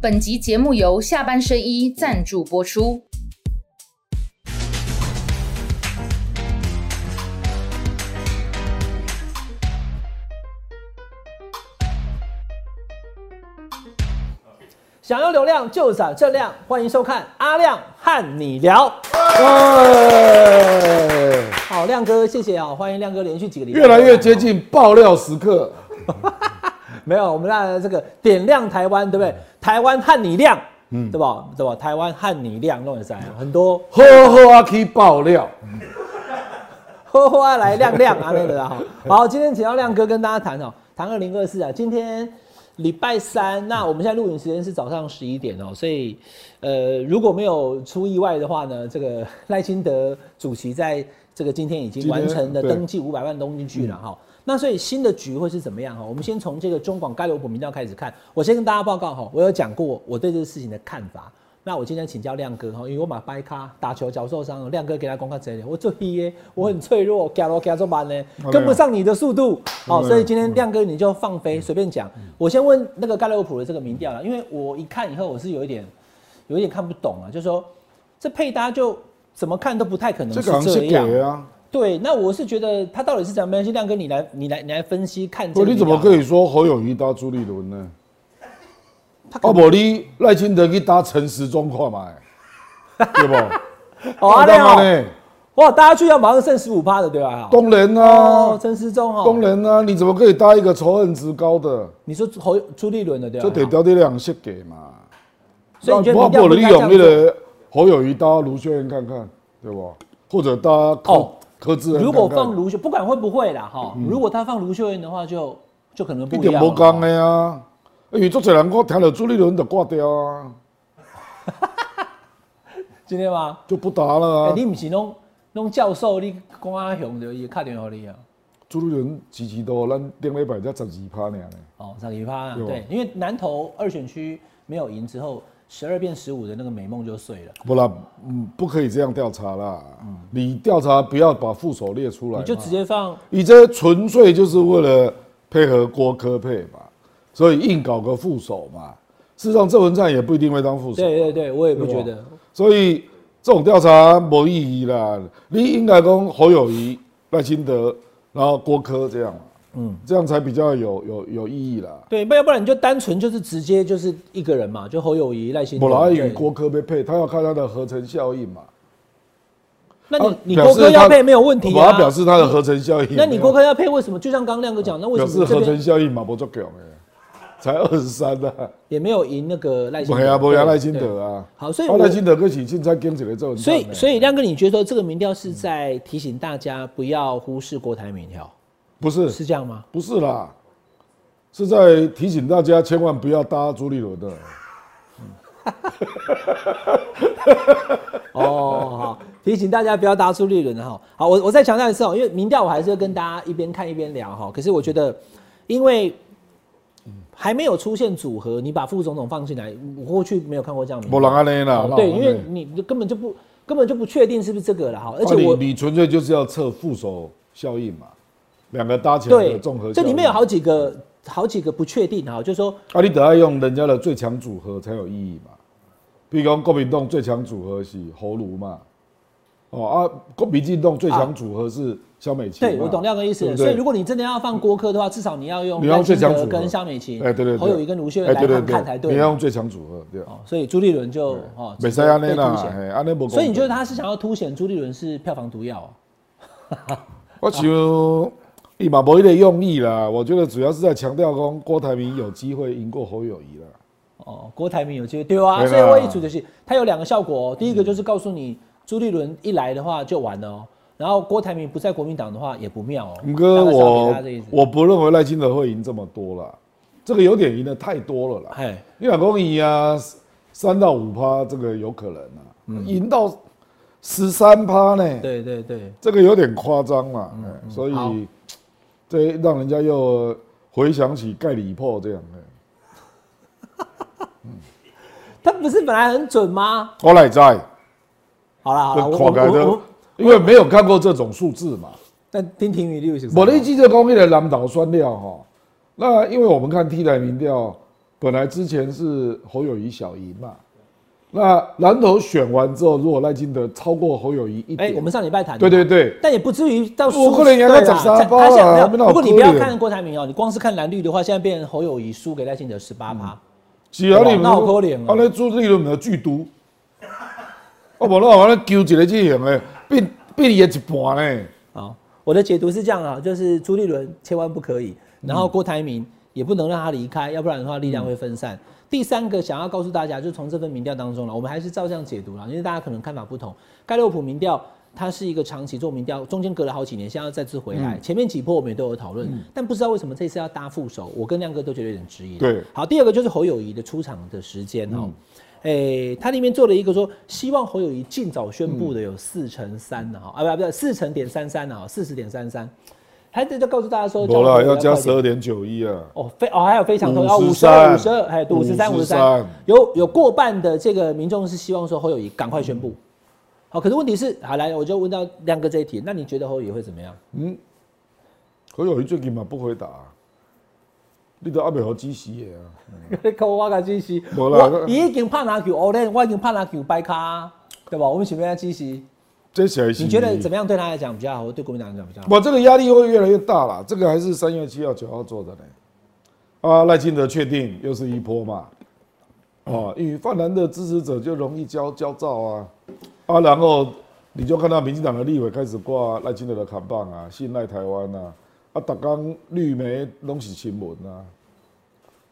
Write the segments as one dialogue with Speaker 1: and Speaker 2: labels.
Speaker 1: 本集节目由下半身衣赞助播出。
Speaker 2: 想要流量就找正亮，欢迎收看阿亮和你聊。
Speaker 3: 哎，
Speaker 2: 好，亮哥，谢谢啊、欢迎亮哥，连续几个礼拜
Speaker 3: 越来越接近爆料时刻。
Speaker 2: 没有，我们让这个点亮台湾，对不对？台湾和你亮，嗯，对吧？对吧？台湾和你亮弄得在很多
Speaker 3: 呵呵阿 K 爆料，
Speaker 2: 呵呵啊来亮亮啊那个啦哈。好，今天请到亮哥跟大家谈哦，谈二零二四啊。今天礼拜三，那我们现在录影时间是早上十一点哦，所以呃如果没有出意外的话呢，这个赖清德主席在这个今天已经
Speaker 3: 今天
Speaker 2: 完成了
Speaker 3: 对
Speaker 2: 登记五百万东京剧了哈。那所以新的局会是怎么样哈？我们先从这个中广盖罗普民调开始看。我先跟大家报告哈，我有讲过我对这个事情的看法。那我今天请教亮哥哈，因为我马掰卡打球脚受伤了，亮哥给他公开这里，我做黑耶，我很脆弱，加罗加做慢呢，
Speaker 3: 哦
Speaker 2: 跟不上你的速度。好、
Speaker 3: 嗯
Speaker 2: 所以今天亮哥你就放飞，随便讲。我先问那个盖洛普的这个民调了，因为我一看以后我是有一点有一点看不懂啊，就是说这配搭就怎么看都不太可能
Speaker 3: 这
Speaker 2: 是
Speaker 3: 个好
Speaker 2: 这
Speaker 3: 像是
Speaker 2: 样。
Speaker 3: 给啊。
Speaker 2: 对，那我是觉得他到底是怎么样？就亮哥，你来，你来，你来分析看这
Speaker 3: 不，
Speaker 2: 个。
Speaker 3: 哦你怎么可
Speaker 2: 以？
Speaker 3: 以说侯友谊搭朱立伦呢？
Speaker 2: 他可
Speaker 3: 啊，不，你赖清德去搭陈时中看嘛，对不？
Speaker 2: 哦，阿
Speaker 3: 干
Speaker 2: 亮
Speaker 3: 嘛
Speaker 2: 哦，
Speaker 3: 呢？
Speaker 2: 哇，大家去要马上剩十五趴的，对吧？
Speaker 3: 东人
Speaker 2: 哦
Speaker 3: 啊，，
Speaker 2: 陈时中哦，
Speaker 3: 东人啊，你怎么可以搭一个仇恨值高的？
Speaker 2: 你说侯朱立伦的对吧？啊
Speaker 3: 这得掉这两些给嘛。
Speaker 2: 所以你觉得
Speaker 3: 我
Speaker 2: 民调
Speaker 3: 不
Speaker 2: 不
Speaker 3: 利
Speaker 2: 应该这
Speaker 3: 用
Speaker 2: 样
Speaker 3: 那
Speaker 2: 做？
Speaker 3: 个侯友谊搭卢秀燕看看，对不？或者搭柯
Speaker 2: 哦
Speaker 3: 柯志恩看看。
Speaker 2: 如果放卢秀，不管会不会啦哈，如果他放卢秀燕的话，就就可能
Speaker 3: 嗯一
Speaker 2: 不一
Speaker 3: 定
Speaker 2: 样。
Speaker 3: 无讲。的啊！因为足侪人我听到朱立伦就挂掉啊，
Speaker 2: 今天吗？
Speaker 3: 就不打了
Speaker 2: 哎
Speaker 3: 啊。
Speaker 2: 你不是弄弄教授，你讲阿雄的也打电话给你啊？
Speaker 3: 朱立伦支持度咱顶礼拜才十二趴尔呢，
Speaker 2: 哦，上一趴啊，
Speaker 3: 对
Speaker 2: 对，因为南投二选区没有赢之后，十二变十五的那个美梦就碎了。
Speaker 3: 不啦，嗯，不可以这样调查啦。嗯你调查不要把副手列出来嘛，
Speaker 2: 你就直接放
Speaker 3: 你这纯粹就是为了配合郭科配嘛，所以硬搞个副手嘛。事实上，郑文灿也不一啊定会当副手。
Speaker 2: 对对对，我也不觉
Speaker 3: 对
Speaker 2: 得。
Speaker 3: 所以这种调查没意义啦。你应该讲侯友谊、赖清德，然后郭科这样，嗯，这样才比较有有有意义啦。
Speaker 2: 对，不要不然你就单纯就是直接就是一个人嘛，就侯友谊、赖清德。
Speaker 3: 我来
Speaker 2: 对
Speaker 3: 与郭科被配，他要看他的合成效应嘛。
Speaker 2: 那你
Speaker 3: 啊
Speaker 2: 你
Speaker 3: 表
Speaker 2: 郭
Speaker 3: 示
Speaker 2: 哥要
Speaker 3: 他
Speaker 2: 配没有问题
Speaker 3: 我
Speaker 2: 啊
Speaker 3: 要。表示他的合成效应。
Speaker 2: 那你郭哥要配为什么？就像刚亮哥讲，那为
Speaker 3: 表
Speaker 2: 什
Speaker 3: 示
Speaker 2: 么这
Speaker 3: 合
Speaker 2: 边
Speaker 3: 成效应嘛，不足够的，才二十三啊，
Speaker 2: 也没有赢那个赖清
Speaker 3: 不
Speaker 2: 德？
Speaker 3: 系啊，不
Speaker 2: 对
Speaker 3: 赢赖清。
Speaker 2: 对
Speaker 3: 德啊。
Speaker 2: 好，所以
Speaker 3: 啊
Speaker 2: 我
Speaker 3: 赖清德嗯跟许庆才跟起来这种。
Speaker 2: 所以所以亮哥，你觉得说这个民调是在提醒大家不要忽视国台民调，
Speaker 3: 不是
Speaker 2: 是这样吗？
Speaker 3: 不是啦，是在提醒大家千万不要搭朱立伦的。
Speaker 2: 哦，好，提醒大家不要搭出利润哈。好，我我再强调一次哦，因为民调我还是要跟大家一边看一边聊哈。可是我觉得，因为还没有出现组合，你把副总统放进来，我过去没有看过这样的
Speaker 3: 没
Speaker 2: 民调。
Speaker 3: 人安尼啦，
Speaker 2: 哦对，因为你根本就不根本就不确定是不是这个了哈。而
Speaker 3: 而且
Speaker 2: 且
Speaker 3: 啊你
Speaker 2: 我
Speaker 3: 你纯粹就是要测副手效应嘛，两个搭起来
Speaker 2: 对
Speaker 3: 的综合效应。
Speaker 2: 这里面有好几个好几个不确定哈，就是说
Speaker 3: 啊，你得要用人家的最强组合才有意义嘛。比如讲，国民党最强组合是侯卢嘛，哦啊，国民进党最强组合是萧美琴嘛。
Speaker 2: 对我懂亮哥意思
Speaker 3: 对
Speaker 2: 了。
Speaker 3: 不对
Speaker 2: 所以如果你真的要放郭科的话，至少你要用
Speaker 3: 你要
Speaker 2: 赖
Speaker 3: 用最
Speaker 2: 清
Speaker 3: 强
Speaker 2: 德
Speaker 3: 组合
Speaker 2: 跟萧美琴、
Speaker 3: 哎，对对对，
Speaker 2: 侯友谊跟卢秀
Speaker 3: 哎
Speaker 2: 媛来看看才对
Speaker 3: 你要
Speaker 2: 嘛。
Speaker 3: 用最强组合，对。
Speaker 2: 哦，所以朱立伦就哦，这
Speaker 3: 美塞
Speaker 2: 个
Speaker 3: 安内哎
Speaker 2: 被凸
Speaker 3: 啦，
Speaker 2: 显
Speaker 3: 嘿安内无。
Speaker 2: 所以你觉得他是想要凸显朱立伦是票房毒药、哦？
Speaker 3: 我想伊嘛无迄个用意啦，我觉得主要是在强调讲郭台铭有机会赢过侯友谊啦。
Speaker 2: 哦，郭台铭有机会对啊，
Speaker 3: 对啦
Speaker 2: 所以我一组就是它有两个效果、哦，第一个就是告诉你朱立伦一来的话就完了哦，然后郭台铭不在国民党的话也不妙哦。
Speaker 3: 五哥，
Speaker 2: 大概是要给
Speaker 3: 我
Speaker 2: 他这意思
Speaker 3: 我不认为赖清德会赢这么多啦，这个有点赢的太多了啦。
Speaker 2: 哎，
Speaker 3: 你老公赢啊，三到五趴这个有可能啊，赢、到十三趴呢，
Speaker 2: 嗯对对对，
Speaker 3: 这个有点夸张啦。哎所以
Speaker 2: 好
Speaker 3: 这让人家又回想起盖里破这样。哎
Speaker 2: 他不是本来很准吗？
Speaker 3: 我来在，
Speaker 2: 好啦好啦，
Speaker 3: 这
Speaker 2: 啊我我
Speaker 3: 看起来
Speaker 2: 我
Speaker 3: 都
Speaker 2: 我，
Speaker 3: 因为没有看过这种数字嘛。
Speaker 2: 但丁廷宇六十，
Speaker 3: 我的记者讲，迄个南岛酸料吼，那因为我们看替代民调，本来之前是侯友谊小赢嘛，那南投选完之后，如果赖清德超过侯友谊一
Speaker 2: 哎、
Speaker 3: 点，
Speaker 2: 我们上礼拜谈的
Speaker 3: 对对对，
Speaker 2: 但也不至于到
Speaker 3: 我
Speaker 2: 输
Speaker 3: 个人也要
Speaker 2: 对啦
Speaker 3: 讲沙
Speaker 2: 他
Speaker 3: 包
Speaker 2: 他
Speaker 3: 啦
Speaker 2: 想没有
Speaker 3: 我们哪有
Speaker 2: 不过你不要
Speaker 3: 可能
Speaker 2: 看郭台铭哦，你光是看蓝绿的话，现在变成侯友谊输给赖清德十八趴，
Speaker 3: 是啊，你
Speaker 2: 哇那有可能啊
Speaker 3: 啊，你朱立伦的剧毒，啊，无那我咧揪一个这型的，变变伊的一半呢。
Speaker 2: 好，哦我的解读是这样啊，就是朱立伦千万不可以，
Speaker 3: 嗯
Speaker 2: 然后郭台铭也不能让他离开，要不然的话力量会分散。第三个想要告诉大家，就从这份民调当中了，我们还是照这样解读了，因为大家可能看法不同。盖洛普民调它是一个长期做民调，中间隔了好几年，现在要再次回
Speaker 3: 嗯
Speaker 2: 来，前面几波我们也都有讨论，但不知道为什么这次要搭副手，我跟亮哥都觉得有点质疑。
Speaker 3: 对
Speaker 2: 好，第二个就是侯友谊的出场的时间哦。诶、它里面做了一个说，希望侯友谊尽早宣布的有四乘三的哈，啊不不四乘点三三的哈，四十点三三，还在这告诉大家说，
Speaker 3: 无啦，要加
Speaker 2: 快
Speaker 3: 十
Speaker 2: 点
Speaker 3: 二点九一啊。
Speaker 2: 哦，非哦还有非常多要五十二、
Speaker 3: 53
Speaker 2: 五十二，还有五十三、五十三
Speaker 3: 53，
Speaker 2: 有有过半的这个民众是希望说侯友谊赶快宣布。好，可是问题是，好来，我就问到亮哥这一题，那你觉得侯友谊会怎么样？
Speaker 3: 侯友谊最近嘛不回答、你都阿袂好支持的啊。
Speaker 2: 你看我个支持，
Speaker 3: 没啦
Speaker 2: 我伊已经拍篮球，我咧我已经拍篮球掰卡，对吧？我们前面要支持，
Speaker 3: 这才是
Speaker 2: 你觉得怎么样对他来讲比较好，对国民党来讲比较好？
Speaker 3: 我这个压力会越来越大啦，这个还是三月七号、九号做的呢。啊，赖清德确定又是一波嘛？哦，因为泛蓝的支持者就容易焦焦躁啊，啊，然后你就看到民进党的立委开始挂赖清德的扛棒啊，信赖台湾啊，啊，大刚绿媒拢是新闻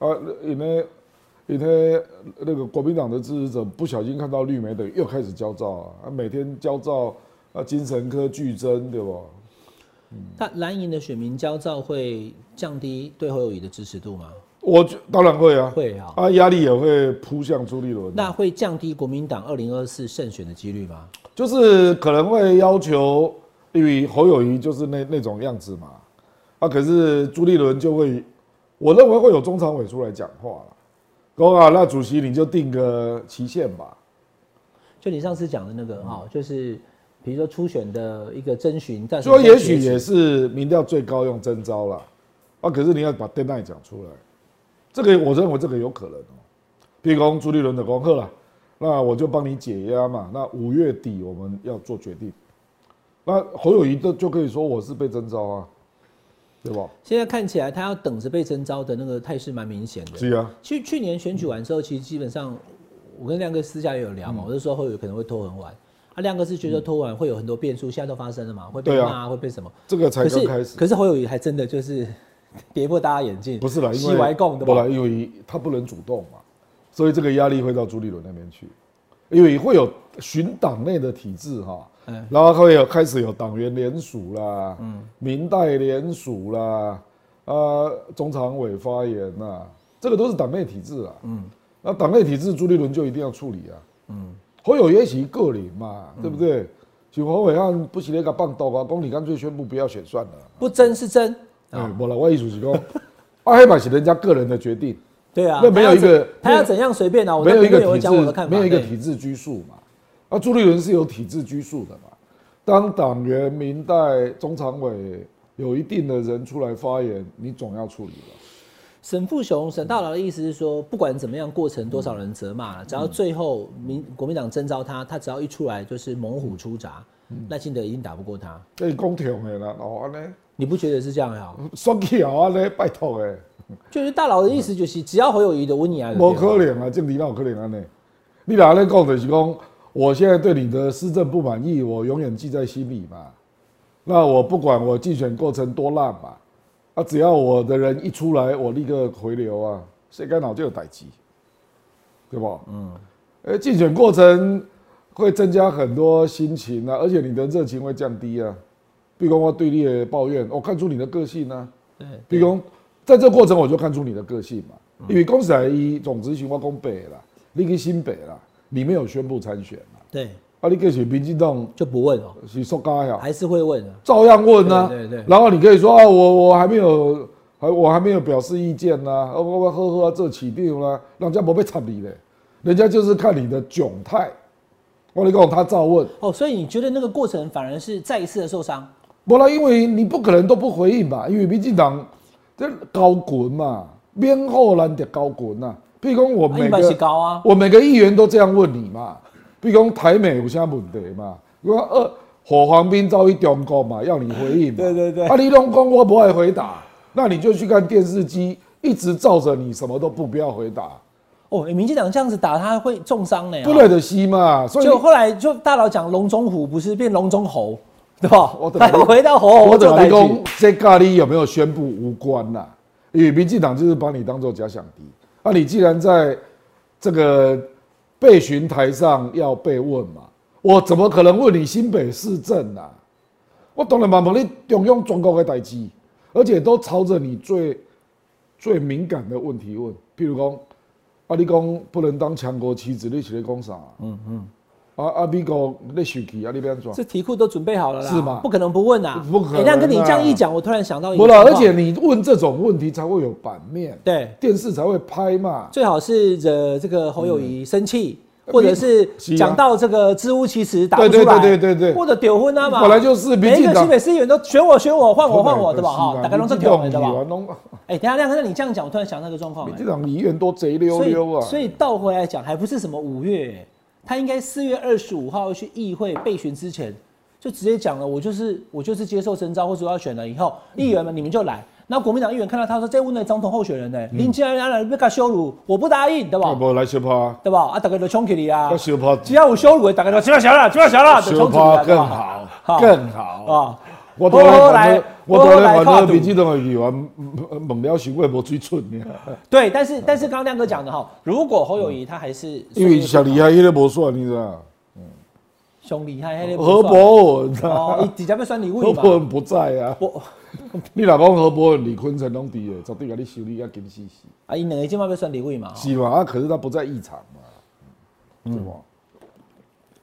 Speaker 3: 啊，啊，因为因为那个国民党的支持者不小心看到绿媒的，又开始焦躁啊，啊，每天焦躁啊，精神科剧增对不？
Speaker 2: 那蓝营的选民焦躁会降低对侯友谊的支持度吗？
Speaker 3: 我觉当然会啊，
Speaker 2: 会啊，
Speaker 3: 啊，压力也会扑向朱立伦。啊
Speaker 2: 那会降低国民党二零二四胜选的几率吗？
Speaker 3: 就是可能会要求，因为侯友谊就是那那种样子嘛，啊，可是朱立伦就会，我认为会有中常委出来讲话了。公啊，那主席你就定个期限吧。
Speaker 2: 就你上次讲的那个哈、就是比如说初选的一个征询，但
Speaker 3: 所以也许也是民调最高用征招啦，啊，可是你要把 deadline 讲出来，这个我认为这个有可能哦、譬如说朱立伦的功课啦，那我就帮你解压嘛。那五月底我们要做决定，那侯友谊就就可以说我是被征召啊，对吧？
Speaker 2: 现在看起来他要等着被征召的那个态势蛮明显的。
Speaker 3: 是啊，
Speaker 2: 其实去年选举完之后，其实基本上我跟亮哥私下也有
Speaker 3: 嗯
Speaker 2: 聊嘛，我就说会有可能会拖很晚。啊，亮哥是觉得拖完会有很多变数，现在都发生了嘛，会被
Speaker 3: 对啊
Speaker 2: 骂、啊，会被什么？
Speaker 3: 这个才
Speaker 2: 可
Speaker 3: 刚
Speaker 2: 是
Speaker 3: 开始，
Speaker 2: 可是侯友谊还真的就是 跌破大家眼镜，
Speaker 3: 不是啦，因
Speaker 2: 西
Speaker 3: 为
Speaker 2: 维共的
Speaker 3: 不啦，
Speaker 2: 吧？
Speaker 3: 因为他不能主动嘛，所以这个压力会到朱立伦那边去，因为会有巡党内的体制哈、
Speaker 2: 嗯
Speaker 3: 然后会有开始有党员联署啦，嗯，民代联署啦，啊，中常委发言呐、这个都是党内体制啊，嗯，那党内体制朱立伦就一定要处理啊，嗯，侯友也许个人嘛，对不对？就侯伟汉不是那个棒斗啊，公你干脆宣布不要选算了。
Speaker 2: 不争是争，
Speaker 3: 哎，没了，我的意思 是讲，啊，黑板是人家个人的决定，
Speaker 2: 对啊，
Speaker 3: 那没有一个
Speaker 2: 他要怎他要怎样随便啊？我
Speaker 3: 没
Speaker 2: 在
Speaker 3: 有一
Speaker 2: 评
Speaker 3: 个
Speaker 2: 论也会
Speaker 3: 体制
Speaker 2: 讲我的看，法，
Speaker 3: 没有一个
Speaker 2: 对
Speaker 3: 体制拘束嘛。啊，朱立伦是有体制拘束的嘛。当党员、民代、中常委有一定的人出来发言，你总要处理吧。
Speaker 2: 沈富雄、沈大佬的意思是说，不管怎么样，过程多少人责
Speaker 3: 嗯
Speaker 2: 骂了，只要最后民国民党征召他，他只要一出来就是猛虎出闸，
Speaker 3: 嗯
Speaker 2: 赖清德一定打不过他。
Speaker 3: 哎，公平的啦，哦，安呢，
Speaker 2: 你不觉得是这样呀？
Speaker 3: 双气啊，安呢，拜托哎，
Speaker 2: 就是大佬的意思就是，只要侯友谊的温尼来，
Speaker 3: 没可能啊，政敌哪有可能安呢？你哪能讲就是讲，我现在对你的施政不满意，我永远记在心里嘛。那我不管我竞选过程多烂嘛，啊，只要我的人一出来，我立刻回流啊，谁干脑就有逮鸡，对吧？嗯，哎，竞选过程会增加很多心情啊，而且你的热情会降低啊。毕恭我对你的抱怨，我看出你的个性啊。
Speaker 2: 对，嗯
Speaker 3: 毕恭在这过程我就看出你的个性嘛，因为公司来一总执行我讲北啦，你去新北啦，你没有宣布参选嘛，
Speaker 2: 对，
Speaker 3: 啊，你个是民进党
Speaker 2: 就不问哦，
Speaker 3: 是塑胶呀，
Speaker 2: 还是会问啊。
Speaker 3: 照样问啊。
Speaker 2: 对对对
Speaker 3: 然后你可以说啊，我我还没有，还我还没有表示意见呐、啊，我我呵呵啊，这起定啦、人家不被插你嘞，人家就是看你的窘态。我跟你讲，他照问，
Speaker 2: 哦，所以你觉得那个过程反而是再一次的受伤？
Speaker 3: 不啦，因为你不可能都不回应吧，因为民进党这高滚嘛，免好难得高滚呐、啊。譬如讲我
Speaker 2: 啊一
Speaker 3: 每
Speaker 2: 般是
Speaker 3: 个
Speaker 2: 高啊，
Speaker 3: 我每个议员都这样问你嘛，比如讲台美有啥问题嘛，我说呃火黄兵遭遇中国嘛，要你回应嘛，
Speaker 2: 对对对
Speaker 3: 啊你拢讲我不爱回答，那你就去看电视机，一直照着你什么都不不要回答，
Speaker 2: 哦，民进党这样子打他会重伤呢。哦
Speaker 3: 不能的西嘛，所以
Speaker 2: 就后来就大佬讲龙中虎不是变龙中猴，对吧
Speaker 3: 我？等
Speaker 2: 他
Speaker 3: 下
Speaker 2: 又回到猴猴
Speaker 3: 哦我
Speaker 2: 做
Speaker 3: 等
Speaker 2: 台
Speaker 3: 于
Speaker 2: 剧
Speaker 3: 讲，这咖喱有没有宣布无关呐、因为民进党就是把你当做假想敌，那、你既然在这个被询台上要被问嘛，我怎么可能问你新北市政啊？我当然嘛问你中央全国的代志，而且都朝着你最最敏感的问题问，譬如讲，啊你讲不能当强国棋子，你是在讲啥？嗯嗯，啊啊美国咧生气，啊你要安怎？
Speaker 2: 这题库都准备好了啦，
Speaker 3: 是吗
Speaker 2: 不可能不问啊，
Speaker 3: 不可能啊
Speaker 2: 诶但跟你这样一讲，我突然想到一个
Speaker 3: 不了，
Speaker 2: 状
Speaker 3: 而
Speaker 2: 况
Speaker 3: 且你问这种问题才会有版面，
Speaker 2: 对，
Speaker 3: 电视才会拍嘛。
Speaker 2: 最好是惹这个侯友
Speaker 3: 嗯
Speaker 2: 谊生气，或者是
Speaker 3: 是啊
Speaker 2: 讲到这个支吾其词打不出来，
Speaker 3: 对对对对对
Speaker 2: 或者丢婚啊嘛，
Speaker 3: 本来就是民
Speaker 2: 每一
Speaker 3: 进
Speaker 2: 个
Speaker 3: 党
Speaker 2: 新北市议员都选我选我换哦我换我对吧？哈，
Speaker 3: 啊
Speaker 2: 大概都是
Speaker 3: 民进
Speaker 2: 丢
Speaker 3: 党
Speaker 2: 的对
Speaker 3: 议
Speaker 2: 吧
Speaker 3: 员？拢
Speaker 2: 哎，等一下亮哥，那你这样讲，我突然想到一个状况，
Speaker 3: 民
Speaker 2: 哎
Speaker 3: 进党议员都贼溜
Speaker 2: 所以
Speaker 3: 溜啊。
Speaker 2: 所以倒回来讲，还不是什么五月、他应该四月二十五号去议会备询之前，就直接讲了，我就是我就是接受征召或者我要选了以后，
Speaker 3: 嗯
Speaker 2: 议员们你们就来。那国民党议员看到他说这问的总统候选人呢、
Speaker 3: 嗯
Speaker 2: 林竟然来被他羞辱，我不答应，对吧？
Speaker 3: 无啊来小趴，
Speaker 2: 对哦吧？啊，大家就冲起你啊
Speaker 3: 要！小趴，
Speaker 2: 只要有羞辱的，大家就起码小了，起码小了，就
Speaker 3: 小
Speaker 2: 冲起你
Speaker 3: 趴
Speaker 2: 啊，对
Speaker 3: 更
Speaker 2: 吧
Speaker 3: 好，更好。
Speaker 2: 啊！
Speaker 3: 我
Speaker 2: 好
Speaker 3: 都
Speaker 2: 好来
Speaker 3: 来，我都
Speaker 2: 好好来
Speaker 3: 来，反
Speaker 2: 跨
Speaker 3: 正
Speaker 2: 度
Speaker 3: 民进党的议员嗯猛了行为无水准 尔，
Speaker 2: 对，但是但是刚刚亮哥讲的哈，如果侯友谊他还是
Speaker 3: 因为小啊厉害，迄个无算，你知道？
Speaker 2: 熊厉害，那个
Speaker 3: 何
Speaker 2: 不算
Speaker 3: 伯文啊，
Speaker 2: 哦，直接被酸礼
Speaker 3: 何
Speaker 2: 物嘛。
Speaker 3: 伯文不在啊。
Speaker 2: 我
Speaker 3: 你若讲何伯文、李坤城拢伫的，绝对甲你修理甲紧死死。
Speaker 2: 啊，因两个今晚被酸礼物嘛。哦
Speaker 3: 是嘛？啊，可是他不在异常嘛，
Speaker 2: 嗯
Speaker 3: 对吧？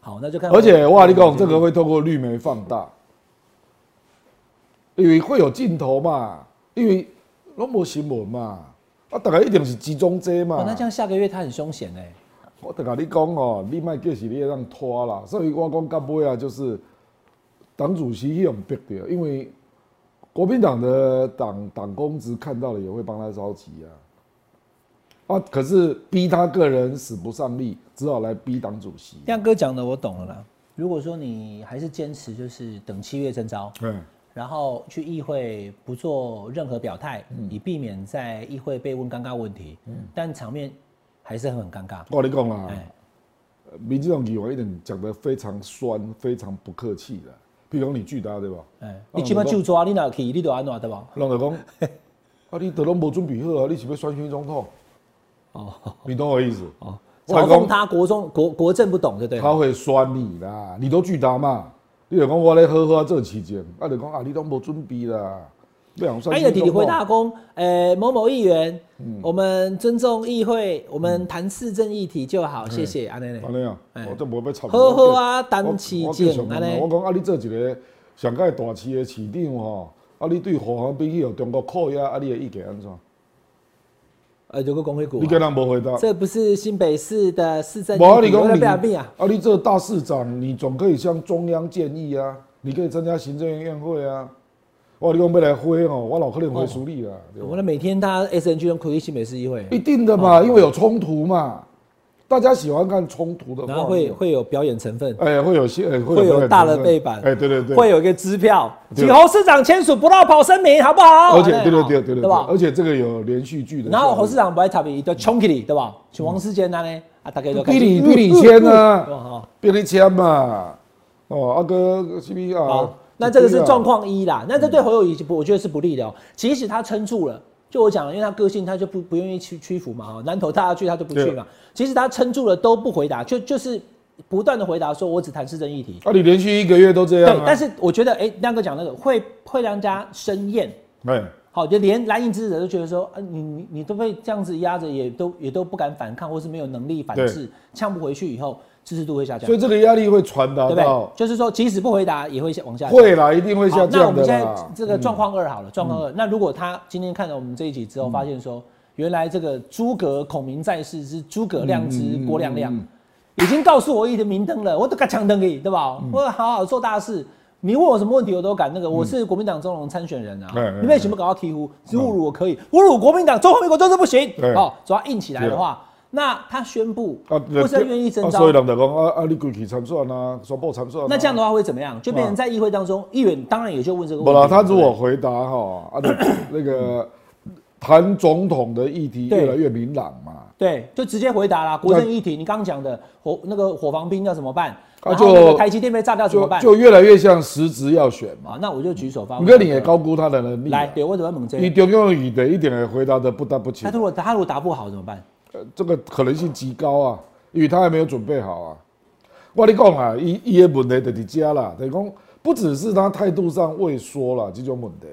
Speaker 2: 好，那就看。
Speaker 3: 而且我跟你
Speaker 2: 哦
Speaker 3: 讲，这个会透过绿媒放大，因为会有镜头嘛，因为拢无新闻嘛，啊，大家一定是集中遮嘛
Speaker 2: 哦，。那这样下个月他很凶险哎。
Speaker 3: 我就甲你讲哦，你卖叫是你让拖啦，所以我讲到尾啊，就是党主席迄种逼着，因为国民党的党党公职看到了也会帮他着急啊，啊，可是逼他个人使不上力，只好来逼党主席。
Speaker 2: 亮哥讲的我懂了啦。如果说你还是坚持就是等七月征召，
Speaker 3: 嗯，
Speaker 2: 然后去议会不做任何表态，以避免在议会被问尴尬问题，但场面还是很尴尬。
Speaker 3: 我跟你讲啦，
Speaker 2: 哎，
Speaker 3: 民进党议员一定讲得非常酸，非常不客气的，譬如讲你拒答对吧？
Speaker 2: 哎，你基本就抓你哪去，你都安怎对吧？
Speaker 3: 人就讲，啊，你都拢无准备好啊，你是要选选总统？哦，你懂我意思？哦，
Speaker 2: 嘲讽他国中国国政不懂，对不对？
Speaker 3: 他会酸你啦，你都拒答嘛。你就讲我咧好好啊做期间，啊就讲啊你都无准备啦，不想算。
Speaker 2: 哎呀，弟弟回大公，呃，某某议员，我们尊重议会，我们谈市政议题就好，谢谢，安内
Speaker 3: 安尼啊，
Speaker 2: 哎
Speaker 3: 我都无要插。
Speaker 2: 好好啊
Speaker 3: 我
Speaker 2: 单市
Speaker 3: 我我继续
Speaker 2: 政
Speaker 3: 问啊
Speaker 2: 安尼
Speaker 3: 我讲啊，你做一个上届大市的市长吼，啊你对火航兵去互中国扣押，啊你的意见安怎？
Speaker 2: 呃，如果公会股
Speaker 3: 你，叫人无回答。
Speaker 2: 这不是新北市的市政
Speaker 3: 无啊，
Speaker 2: 议
Speaker 3: 你
Speaker 2: 题，我
Speaker 3: 讲
Speaker 2: 在
Speaker 3: 你
Speaker 2: 被病啊，
Speaker 3: 啊，你这大市长，你总可以向中央建议啊，你可以参加行政院院会啊。我跟你讲要来挥哦，我老可能会输你啦。对吧
Speaker 2: 我们每天他 S N G 用苦力新北市议会，
Speaker 3: 一定的
Speaker 2: 哦
Speaker 3: 嘛，因为有冲突嘛，大家喜欢看冲突的
Speaker 2: 然
Speaker 3: 话，
Speaker 2: 后会，会有表演成分，
Speaker 3: 哎，会有些，哎
Speaker 2: 会有大的背板，
Speaker 3: 哎，对对对，
Speaker 2: 会，有一个支票，
Speaker 3: 对
Speaker 2: 请侯市长签署不绕跑声明，好不好？
Speaker 3: 而且
Speaker 2: 安内
Speaker 3: 对对
Speaker 2: 好
Speaker 3: 对对对
Speaker 2: 对
Speaker 3: 对，
Speaker 2: 吧？
Speaker 3: 而且这个有连续剧的效
Speaker 2: 然
Speaker 3: 应，
Speaker 2: 后侯市长不爱插鼻，就冲起你，对吧？像王世坚那呢，啊，大概就
Speaker 3: 比
Speaker 2: 开哦
Speaker 3: 你比
Speaker 2: 始
Speaker 3: 你签
Speaker 2: 对吧
Speaker 3: 啊，
Speaker 2: 哈
Speaker 3: 比你签嘛，哦，阿哥是不是啊
Speaker 2: 好？，那这个是
Speaker 3: 啊
Speaker 2: 状，况一啦，那这
Speaker 3: 嗯
Speaker 2: 对侯友谊就不我觉得是不利的哦、即使他撑住了，就我讲了，因为他个性他就不不愿意屈屈服嘛，哈，南投大家去他就不去嘛，即使他撑住了都不回答，就就是不断的回答说我只谈市政议题，
Speaker 3: 啊，你连续一个月都这样
Speaker 2: 对
Speaker 3: 啊，，
Speaker 2: 但是我觉得哎，亮哥讲那个会会让人家生厌。
Speaker 3: 哎。
Speaker 2: 好，就连蓝营支持者都觉得说，啊，你你你都被这样子压着，也都也都不敢反抗，或是没有能力反制，呛不回去以后，支持度会下降，
Speaker 3: 所以
Speaker 2: 对
Speaker 3: 这个压力会传达
Speaker 2: 不对
Speaker 3: 到？，
Speaker 2: 就是说，即使不回答，也会下往下降。
Speaker 3: 会啦，一定会
Speaker 2: 好，
Speaker 3: 下
Speaker 2: 那我
Speaker 3: 降
Speaker 2: 们
Speaker 3: 的
Speaker 2: 现在
Speaker 3: 啦。嗯
Speaker 2: 这个状况二好了，状况二。那如果他今天看了我们这一集之后，发现
Speaker 3: 嗯
Speaker 2: 说，原来这个诸葛孔明在世之诸葛亮
Speaker 3: 嗯
Speaker 2: 之郭亮亮，已经告诉我一点明灯了，我都敢抢灯给，对吧？
Speaker 3: 嗯
Speaker 2: 我好好做大事。你问我什么问题，我都敢。那个我是国民党中龙参选人啊
Speaker 3: 哎哎，哎
Speaker 2: 你为什么搞到醍醐？侮辱我可以，侮辱国民党、中华民国就是不行
Speaker 3: 对。
Speaker 2: 哦，只要硬起来的话，那他宣布
Speaker 3: 啊，
Speaker 2: 不是愿意征
Speaker 3: 啊
Speaker 2: 召
Speaker 3: 所以，人就讲啊啊，你过去参选啊，宣布参选、啊。
Speaker 2: 那这样的话会怎么样？就变成在议会当中，议员当然也就问这个
Speaker 3: 嗯不
Speaker 2: 问
Speaker 3: 啦，
Speaker 2: 题。
Speaker 3: 他如果
Speaker 2: 对
Speaker 3: 回答哈，啊， 那个谈总统的议题
Speaker 2: 对
Speaker 3: 越来越明朗嘛，
Speaker 2: 对，就直接回答啦。国政议题，你刚刚讲的火那个火防兵要怎么办？
Speaker 3: 啊
Speaker 2: 然后那个
Speaker 3: 就
Speaker 2: 台积电被炸掉怎么
Speaker 3: 就
Speaker 2: 办？
Speaker 3: 就越来越像实质要选嘛。
Speaker 2: 啊，那我就举手发问。
Speaker 3: 你看你也高估他的能力啊、
Speaker 2: 来，对我怎么猛这
Speaker 3: 你？中央语的一点也回答的不搭不起
Speaker 2: 他，如果他如果答不好怎么办？
Speaker 3: 呃这个可能性极高啊，因为他还没有准备好啊。我跟你讲啊，伊伊的问题就是这啦，等于讲不只是他态度上畏缩了这种问题，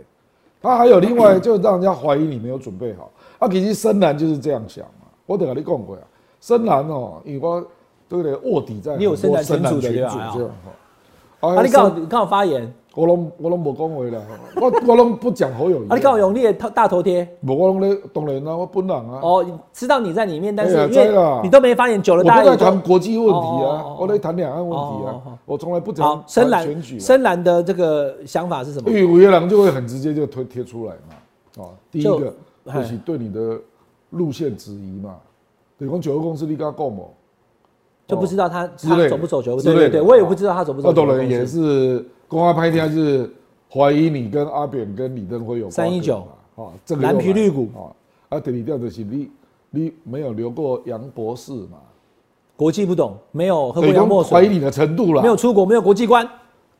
Speaker 3: 他还有 另外就让人家怀疑你没有准备好。啊，其实深蓝就是这样想嘛，我等跟你讲过啊，深蓝哦，因为我对不对卧底在
Speaker 2: 你有深蓝
Speaker 3: 很多
Speaker 2: 群组的对
Speaker 3: 深蓝
Speaker 2: 吧
Speaker 3: 群组这样。
Speaker 2: 啊，你
Speaker 3: 讲，
Speaker 2: 告你告我发言，
Speaker 3: 我拢我拢无讲话啦，我我拢不讲侯友谊。
Speaker 2: 啊，你告我用你的头大头贴。
Speaker 3: 无我拢咧，当然啦，我本人啊。
Speaker 2: 哦，知道你在里面，但是
Speaker 3: 哎呀
Speaker 2: 因为
Speaker 3: 在啦
Speaker 2: 你都没发言，久
Speaker 3: 我
Speaker 2: 了
Speaker 3: 不
Speaker 2: 大家
Speaker 3: 在
Speaker 2: 也就
Speaker 3: 谈国际问题
Speaker 2: 哦哦
Speaker 3: 啊
Speaker 2: 哦，
Speaker 3: 我在谈两岸问题
Speaker 2: 哦哦
Speaker 3: 啊
Speaker 2: 哦，
Speaker 3: 我从来不讲
Speaker 2: 好。深
Speaker 3: 选举
Speaker 2: 蓝
Speaker 3: 啊，
Speaker 2: 深蓝的这个想法是什么
Speaker 3: 因？为五月郎就会很直接就推贴出来嘛。哦，第一个
Speaker 2: 就
Speaker 3: 就是对你的路线质疑嘛，对公九个公司你跟他共谋，
Speaker 2: 就不知道他
Speaker 3: 之类
Speaker 2: 他
Speaker 3: 的
Speaker 2: 走不走球，
Speaker 3: 哦之
Speaker 2: 对
Speaker 3: 类的
Speaker 2: 对对，我也不知道他走不走
Speaker 3: 那
Speaker 2: 球。
Speaker 3: 当啊然也是公开拍天是怀疑你跟阿扁跟李登辉有瓜葛嘛
Speaker 2: 319
Speaker 3: 哦，这个
Speaker 2: 蓝皮绿股
Speaker 3: 啊，啊，对你掉的是你你没有留过洋博士嘛，
Speaker 2: 国际不懂，没有喝过
Speaker 3: 对
Speaker 2: 洋
Speaker 3: 公
Speaker 2: 墨
Speaker 3: 怀疑啊
Speaker 2: 水，
Speaker 3: 你的程度啦，
Speaker 2: 没有出国，没有国际观。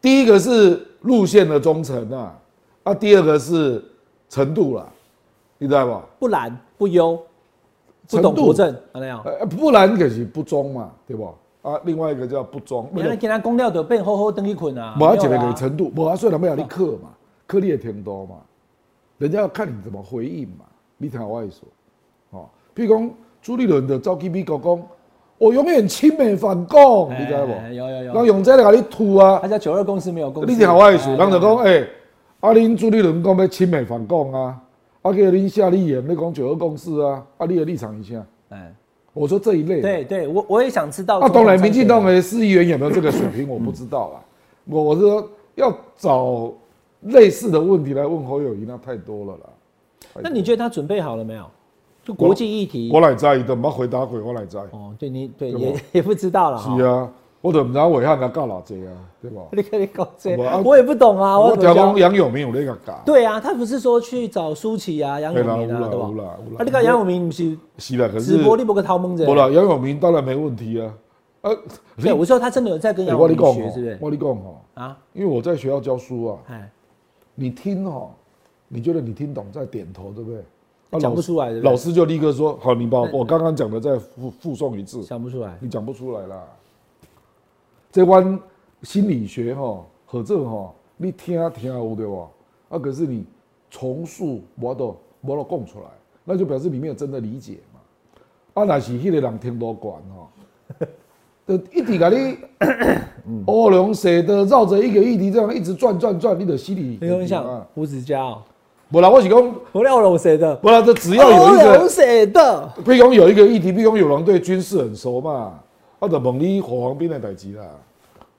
Speaker 3: 第一个是路线的忠诚啊，啊，第二个是程度啦，你知道吧？
Speaker 2: 不懒不忧，不
Speaker 3: 程
Speaker 2: 懂
Speaker 3: 度
Speaker 2: 国政，啊那样。
Speaker 3: 呃，不然可是不忠嘛，对不？啊，另外一个叫不忠，
Speaker 2: 你来给他公掉的，变厚厚登去捆啊。
Speaker 3: 我要
Speaker 2: 没有
Speaker 3: 讲
Speaker 2: 啦
Speaker 3: 那个程度，我要虽然没有你克嘛，克你也挺多嘛，人家要看你怎么回应嘛，你听我意思，哦，譬如讲朱立伦的召去美国讲，我永远亲美反共，你知道不
Speaker 2: 哎？有有
Speaker 3: 那
Speaker 2: 有，
Speaker 3: 用这个给你吐啊
Speaker 2: 他，叫九二公司没有公司。
Speaker 3: 你听我意思，
Speaker 2: 哎
Speaker 3: 人就讲，诶、啊，恁朱立伦讲要亲美反共啊，啊，叫恁夏立言要讲九二共识啊，啊，你的立场一下，
Speaker 2: 哎，
Speaker 3: 我说这一类，，
Speaker 2: 对对，我我也想知道。
Speaker 3: 啊，当然，民进党的市议员有没有这个水平，我不知道啦。
Speaker 2: 嗯
Speaker 3: 我我是说要找类似的问题来问侯友谊，那太多了啦。太多
Speaker 2: 那你觉得他准备好了没有？就国际议题
Speaker 3: 我。来在的，冇回答鬼，我来在。
Speaker 2: 哦，对你对
Speaker 3: 对
Speaker 2: 也
Speaker 3: 吧
Speaker 2: 也不知道了哈。
Speaker 3: 是啊，我怎么知道伟汉他搞哪济啊，对吧？
Speaker 2: 你看你搞这
Speaker 3: 我啊，
Speaker 2: 我也不懂啊。
Speaker 3: 我
Speaker 2: 怎么
Speaker 3: 调
Speaker 2: 讲
Speaker 3: 讲杨永明有那个搞，
Speaker 2: 对啊，他不是说去找舒淇啊、杨
Speaker 3: 对啦，
Speaker 2: 永
Speaker 3: 有
Speaker 2: 明
Speaker 3: 啦
Speaker 2: 啊，对
Speaker 3: 有
Speaker 2: 吧？
Speaker 3: 啦有
Speaker 2: 啊，
Speaker 3: 啦。
Speaker 2: 你看杨永明不是
Speaker 3: 是啦，可是
Speaker 2: 直播，你不个掏蒙着
Speaker 3: 不？啦，杨永明当然没问题啊。呃，
Speaker 2: 对，哎我说他真的有在跟
Speaker 3: 欸
Speaker 2: 杨
Speaker 3: 我
Speaker 2: 永
Speaker 3: 跟
Speaker 2: 明
Speaker 3: 你讲
Speaker 2: 学，是不
Speaker 3: 哦，
Speaker 2: 是？
Speaker 3: 我跟你讲哦，
Speaker 2: 啊，
Speaker 3: 因为我在学校教书啊，
Speaker 2: 哎，
Speaker 3: 你听哦，你觉得你听懂再点头，对不对？啊
Speaker 2: 讲
Speaker 3: 老
Speaker 2: 不
Speaker 3: 师
Speaker 2: 出嗯来，对不
Speaker 3: 老
Speaker 2: 对？
Speaker 3: 师就立刻说：“好，你把我刚刚讲的再附附送一次。
Speaker 2: 想不出来”，
Speaker 3: 你讲不出来啦。这关心理学哈、哦，和这哈、哦，你听听有对吧？啊，可是你重述我都我都供出来，那就表示你没有真的理解嘛。啊，那是迄个人听多管哈， 就一直给你 嗯乌龙蛇的绕着一个议题这样一直转转转，你的心理
Speaker 2: 很有印象
Speaker 3: 啊。，
Speaker 2: 胡子佳哦，
Speaker 3: 不啦，我是讲，
Speaker 2: 我料了谁的？哦
Speaker 3: 不啦，这只要有一个
Speaker 2: 有谁的？
Speaker 3: 毕竟有一个议题，毕竟有人对军事很熟嘛，啊，就问你火防兵的代志啦，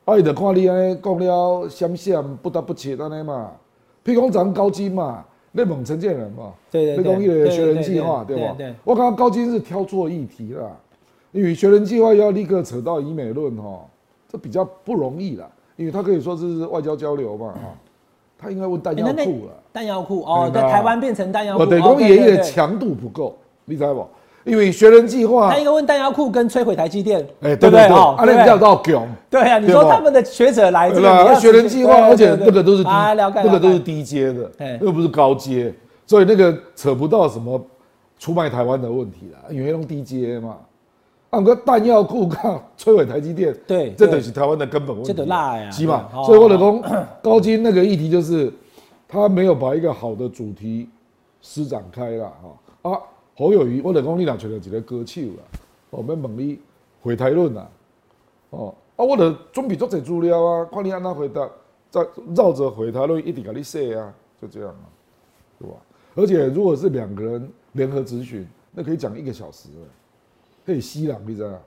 Speaker 3: 啊，伊就看你安尼讲了闪闪不得不切安尼嘛。譬如讲咱高金嘛，你问陈建仁嘛，
Speaker 2: 对对
Speaker 3: 你
Speaker 2: 对
Speaker 3: 讲伊个学人计划
Speaker 2: 对
Speaker 3: 对
Speaker 2: 对对
Speaker 3: 吧
Speaker 2: 对对？
Speaker 3: 我刚刚高金是挑错议题啦，因为学人计划要立刻扯到以美论哈，这比较不容易啦，因为他可以说是外交交流嘛哈，他应该问弹
Speaker 2: 哎
Speaker 3: 药
Speaker 2: 那那
Speaker 3: 库了。哎
Speaker 2: 弹药库哦，在
Speaker 3: 对吧
Speaker 2: 台湾变成弹药库，
Speaker 3: 我等于
Speaker 2: 哦
Speaker 3: 讲
Speaker 2: 对
Speaker 3: 爷爷
Speaker 2: 对
Speaker 3: 的
Speaker 2: 对
Speaker 3: 强度不够，你知道不？因为学人计划
Speaker 2: 他，应该问弹药库跟摧毁台积电，
Speaker 3: 啊哎，
Speaker 2: 对
Speaker 3: 对
Speaker 2: 不
Speaker 3: 对对，
Speaker 2: 哦
Speaker 3: 啊，，
Speaker 2: 对不
Speaker 3: 那你
Speaker 2: 对
Speaker 3: 叫到囧，
Speaker 2: 对啊，你
Speaker 3: 对
Speaker 2: 说
Speaker 3: 吧
Speaker 2: 他们的学者来，这
Speaker 3: 对
Speaker 2: 个你
Speaker 3: 啦，
Speaker 2: 要
Speaker 3: 学人计划，而
Speaker 2: 对对
Speaker 3: 且
Speaker 2: 对
Speaker 3: 那个都是低
Speaker 2: 啊，了解，
Speaker 3: 那个都是
Speaker 2: 了解
Speaker 3: 低阶的
Speaker 2: 哎，
Speaker 3: 又不是高阶，所以那个扯不到什么出卖台湾的问题啦，因为用低阶嘛。啊，个弹药库靠 摧毁台积电，
Speaker 2: 对
Speaker 3: 这
Speaker 2: 对
Speaker 3: 等是台湾的根本问题，啊
Speaker 2: 这就辣呀
Speaker 3: 是嘛
Speaker 2: 对？
Speaker 3: 所以我的
Speaker 2: 哦
Speaker 3: 公高金那个议题就是，他没有把一个好的主题施展开啦，哈啊，侯友谊，我的公你俩选了几个歌手啦，我们问你回台论啦，哦啊，我的准备做这资料啊，看你安那回答，再绕着回台论一直给你说啊，就这样啊，对吧？而且如果是两个人联合咨询，那可以讲一个小时了，可以吸朗，你知道吗？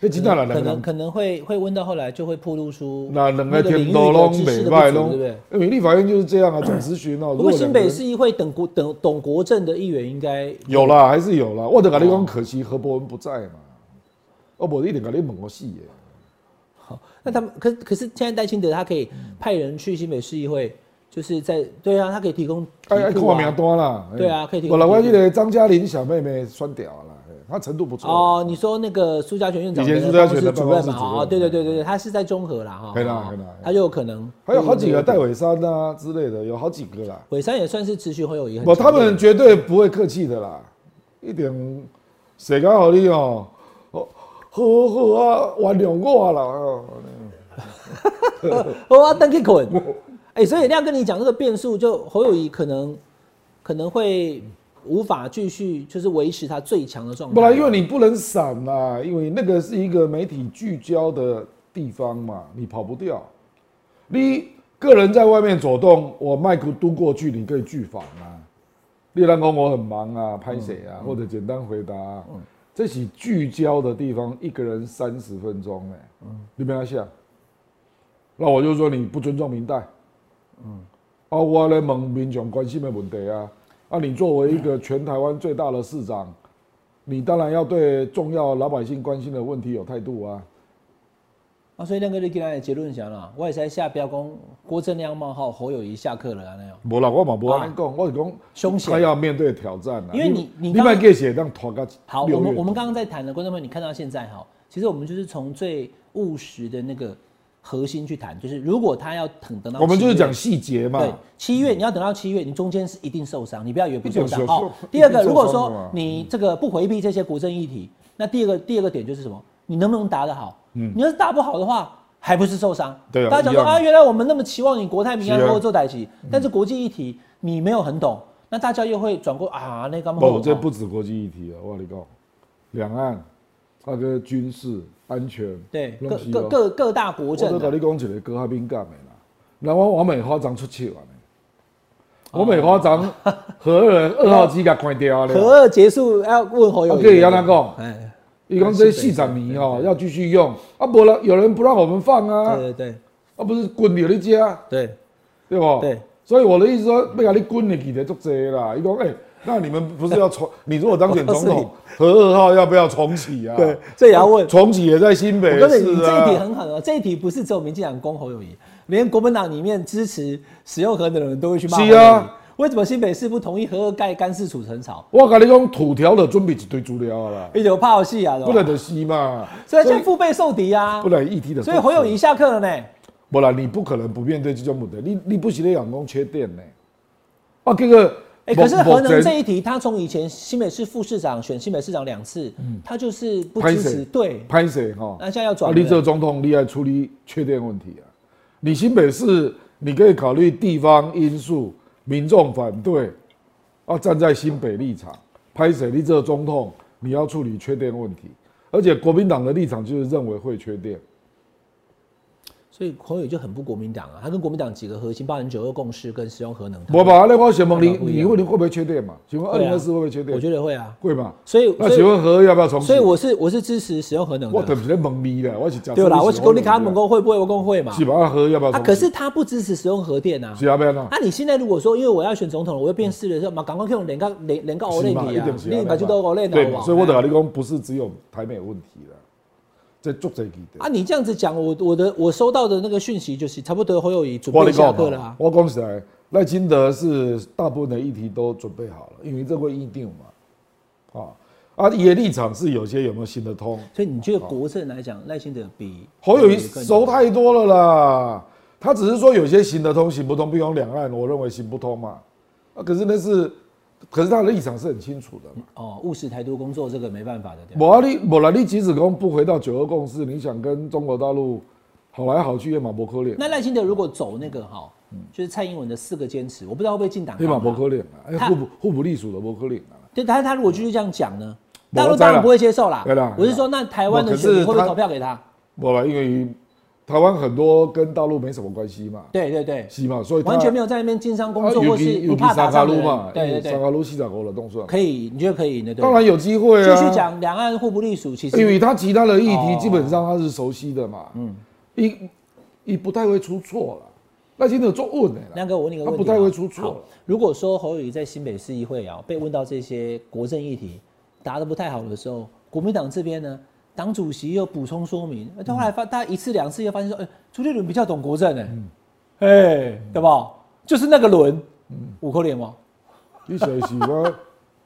Speaker 3: 那今天来
Speaker 2: 可
Speaker 3: 两
Speaker 2: 能
Speaker 3: 个，
Speaker 2: 可能会会问到后来就会暴露出
Speaker 3: 那两个
Speaker 2: 那领
Speaker 3: 天
Speaker 2: 域
Speaker 3: 都
Speaker 2: 的
Speaker 3: 拢
Speaker 2: 知识
Speaker 3: 北
Speaker 2: 的
Speaker 3: 派
Speaker 2: 不足，
Speaker 3: 拢，
Speaker 2: 对不对？
Speaker 3: 因为立法院就是这样啊，总咨询哦。
Speaker 2: 不过
Speaker 3: 如果
Speaker 2: 新
Speaker 3: 两个
Speaker 2: 北
Speaker 3: 人
Speaker 2: 市议会等国等董国政的议员应该
Speaker 3: 有啦，还是有啦。我得跟你讲，可惜何伯文不在嘛，我不一定跟你猛个戏耶。
Speaker 2: 好，那他们可可是现在戴清德他可以派人去新北市议会，就是在对啊，他可以提供
Speaker 3: 哎哎，
Speaker 2: 题
Speaker 3: 看
Speaker 2: 库啊
Speaker 3: 名单啦。
Speaker 2: 对啊可以提
Speaker 3: 我
Speaker 2: 供
Speaker 3: 来我
Speaker 2: 题
Speaker 3: 这
Speaker 2: 目
Speaker 3: 个张嘉玲小妹妹算屌啦，哎她程度不错。
Speaker 2: 哦，你说那个苏家全院长
Speaker 3: 以前
Speaker 2: 的
Speaker 3: 苏家全
Speaker 2: 办公室
Speaker 3: 的办
Speaker 2: 主
Speaker 3: 公
Speaker 2: 任
Speaker 3: 室
Speaker 2: 嘛？
Speaker 3: 主任
Speaker 2: 哦，对对对对对，他是在中和啦哈，
Speaker 3: 对嗯啦
Speaker 2: 哦
Speaker 3: 对啦对啦
Speaker 2: 他就有可能
Speaker 3: 还有好几个
Speaker 2: 对对对
Speaker 3: 戴伟山啊之类的，有好几个啦。
Speaker 2: 伟山也算是持续会有也很
Speaker 3: 我
Speaker 2: 强
Speaker 3: 他
Speaker 2: 烈的
Speaker 3: 们绝对不会客气的啦，一点谁敢好你哦、哦好好啊，原谅我啦。哦
Speaker 2: 我要登去哦滚。哎、所以亮跟你讲这个变数，就侯友谊可能可能会无法继续，就是维持他最强的状态。
Speaker 3: 不然因为你不能闪啦，因为那个是一个媒体聚焦的地方嘛，你跑不掉。你个人在外面走动，我麦克嘟过去，你可以拒访啊。立兰公我很忙啊，拍谁啊，或者简单回答、啊。这起聚焦的地方，一个人三十分钟哎、你没要想。那我就说你不尊重明代，嗯，啊，我来问民众关心的问题啊，啊，你作为一个全台湾最大的市长，你当然要对重要老百姓关心的问题有态度啊。
Speaker 2: 啊，所以亮哥你给他的结论讲了，我也是在下标公郭正亮冒号侯友谊下课了啊那样。
Speaker 3: 无啦，我嘛无安尼讲，我是讲
Speaker 2: 凶险
Speaker 3: 他要面对挑战啊。
Speaker 2: 因为你你
Speaker 3: 你
Speaker 2: 刚
Speaker 3: 卖给写让拖个
Speaker 2: 好，
Speaker 3: 六
Speaker 2: 我们
Speaker 3: 月
Speaker 2: 我们刚刚在谈的观众朋友，你看到现在哈，其实我们就是从最务实的那个核心去谈，就是如果他要等等到
Speaker 3: 我们就是
Speaker 2: 七月
Speaker 3: 讲细节嘛哦
Speaker 2: 对。，七月你要等到七月，你中间是一定受伤，你不要以为不受伤
Speaker 3: 一定有受
Speaker 2: 哦
Speaker 3: 一定受伤的。嘛
Speaker 2: 第二个，如果说你这个不回避这些国政议题，那第二个第二个点就是什么？你能不能答得好？你要是答不好的话，还不是受伤？
Speaker 3: 嗯对啊
Speaker 2: 大家讲说
Speaker 3: 一样
Speaker 2: 啊，原来我们那么期望你国泰民安，
Speaker 3: 是啊
Speaker 2: 多做歹企，但是国际议题你没有很懂，那大家又会转过啊，那个嘛
Speaker 3: 不，这不止国际议题啊，我跟你讲，两岸那个军事安全，
Speaker 2: 对
Speaker 3: 拢
Speaker 2: 各
Speaker 3: 是
Speaker 2: 各
Speaker 3: 哦
Speaker 2: 各各大国
Speaker 3: 我都
Speaker 2: 政啊
Speaker 3: 跟你讲一个高较敏感的啦，那啊我我美花长出手啊呢，
Speaker 2: 哦
Speaker 3: 我美花长 核二二号机给关掉了。
Speaker 2: 核二结束要问侯友
Speaker 3: 啊可以
Speaker 2: 宜
Speaker 3: 要那个
Speaker 2: 哎，
Speaker 3: 伊讲这细长泥哦，要继续用啊，不然有人不让我们放啊，
Speaker 2: 对对对
Speaker 3: 啊不是滚你的家，
Speaker 2: 对
Speaker 3: 对不？
Speaker 2: 对。
Speaker 3: 所以我的意思说，被甲你滚你去的就多啦。伊讲哎，那你们不是 要重？你如果当选总统，核二号要不要重启啊？
Speaker 2: 对，，这也要问。
Speaker 3: 重启也在新北
Speaker 2: 我告
Speaker 3: 市啊。
Speaker 2: 诉你，你这一题很狠哦，这一题不是只有民进党攻侯友谊，连国民党里面支持使用核能的人都会去骂侯友宜。
Speaker 3: 是啊
Speaker 2: 为什么新北市不同意核二盖干式储存槽？
Speaker 3: 我跟你讲，土条的准备一堆资料啊啦，
Speaker 2: 一有怕好戏啊，
Speaker 3: 不
Speaker 2: 不
Speaker 3: 然就是嘛，
Speaker 2: 所以现在腹背受敌啊
Speaker 3: 不，然议题的。
Speaker 2: 所以侯友谊下课了呢。
Speaker 3: 不然你不可能不面对这种问题，你你不是咧讲讲缺电呢？啊，这个
Speaker 2: 哎、可是核
Speaker 3: 目前
Speaker 2: 能这一题，他从以前新北市副市长选新北市长两次，他就是不
Speaker 3: 嗯拍
Speaker 2: 支
Speaker 3: 谁
Speaker 2: 持，对，
Speaker 3: 拍谁哈？
Speaker 2: 那现在要转
Speaker 3: 啊
Speaker 2: 了
Speaker 3: 你这个总统，你来处理缺电问题啊？你新北市，你可以考虑地方因素、民众反对，啊，站在新北立场，拍谁？你这个总统，你要处理缺电问题，而且国民党的立场就是认为会缺电。
Speaker 2: 所以侯友宜就很不国民党啊，他跟国民党几个核心，包含九二共识跟使用核能。
Speaker 3: 我把那我想问你
Speaker 2: 看，法不一样
Speaker 3: 你问你会不会缺电嘛？请问二
Speaker 2: 会
Speaker 3: 零
Speaker 2: 啊
Speaker 3: 二四会不会缺电？
Speaker 2: 我觉得会啊，
Speaker 3: 会嘛？
Speaker 2: 所以
Speaker 3: 那
Speaker 2: 所以
Speaker 3: 请问核要不要重启？
Speaker 2: 所以我是我是支持使用核能
Speaker 3: 我
Speaker 2: 的
Speaker 3: 等。不是在蒙啊你了，我是讲
Speaker 2: 对啦，我是公立卡门，工会不会，我工会嘛
Speaker 3: 是。吧？啊核要不要
Speaker 2: 啊，
Speaker 3: 重启？
Speaker 2: 可是他不支持使用核电啊。
Speaker 3: 是要不要呢？
Speaker 2: 啊，你现在如果说，因为我要选总统了，我要变市的时候嘛，赶快去用连个连连个欧
Speaker 3: 是
Speaker 2: 内
Speaker 3: 嘛
Speaker 2: 比
Speaker 3: 一
Speaker 2: 啊
Speaker 3: 定，是
Speaker 2: 你
Speaker 3: 嘛
Speaker 2: 把去都啊欧内
Speaker 3: 对
Speaker 2: 拿
Speaker 3: 嘛
Speaker 2: 网。
Speaker 3: 所以我的跟你讲，不是只有台美有问题了，这足侪记
Speaker 2: 啊，
Speaker 3: 得。
Speaker 2: 你这样子讲，我我的我收到的那个讯息就是，差不多侯友谊准
Speaker 3: 我
Speaker 2: 备
Speaker 3: 跟你
Speaker 2: 下
Speaker 3: 讲
Speaker 2: 课了
Speaker 3: 嘛
Speaker 2: 啊，。
Speaker 3: 我讲实在，赖清德是大部分的议题都准备好了，因为这会议定嘛，啊啊，也立场是有些有没有行得通？
Speaker 2: 所以你觉得国政来讲，赖清德比
Speaker 3: 哦侯友谊
Speaker 2: 更
Speaker 3: 熟太多了啦，他只是说有些行得通，行不通，比方两岸，我认为行不通嘛。啊，可是那是，可是他的立场是很清楚的嘛。
Speaker 2: 哦，务实台独工作这个没办法的，对吧
Speaker 3: 无啊，你无啦，你即使讲不回到九二共识，你想跟中国大陆好来好去也嘛不可能，
Speaker 2: 那赖清德如果走那个哈，嗯就是蔡英文的四个坚持，我不知道会不会进党
Speaker 3: 也
Speaker 2: 干嘛。
Speaker 3: 嘛不可能啊，哎
Speaker 2: 他
Speaker 3: 互补互补隶属的不可能啊。
Speaker 2: 对，但是他如果继续这样讲呢，
Speaker 3: 我
Speaker 2: 大陆
Speaker 3: 知道
Speaker 2: 当然不会接受啦。
Speaker 3: 对啦
Speaker 2: 我是说，那台湾的选民会不会投票给他？
Speaker 3: 无啦，因为台湾很多跟大陆没什么关系嘛，
Speaker 2: 对对对，
Speaker 3: 是嘛，所以啊
Speaker 2: 完全没
Speaker 3: 有
Speaker 2: 有在那边经商工作，或是不怕打
Speaker 3: 沙卡
Speaker 2: 仗的
Speaker 3: 路
Speaker 2: 人
Speaker 3: 嘛，
Speaker 2: 对对
Speaker 3: 沙
Speaker 2: 对，
Speaker 3: 卡路西塔国的动算，
Speaker 2: 可以，你觉得可以赢的，对
Speaker 3: 当然有机会
Speaker 2: 继
Speaker 3: 啊。
Speaker 2: 续讲两岸互不隶属，其
Speaker 3: 因
Speaker 2: 实
Speaker 3: 为他其他的议题
Speaker 2: 哦
Speaker 3: 基本上他是熟悉的嘛，嗯，一一不太会出错了，那真的做稳的啦。
Speaker 2: 亮哥，我问你一个
Speaker 3: 他
Speaker 2: 问题
Speaker 3: 不
Speaker 2: 啊，
Speaker 3: 太会出错
Speaker 2: 好
Speaker 3: 了
Speaker 2: 如果说侯友宜在新北市议会啊被问到这些国政议题答得不太好的时候，国民党这边呢，党主席又补充说明，呃他后来
Speaker 3: 嗯
Speaker 2: 发大家一次两次又发现说，哎、朱立伦比较懂国政哎、哎、对吧？就是那个轮，
Speaker 3: 嗯
Speaker 2: 五口脸吗？
Speaker 3: 你小喜欢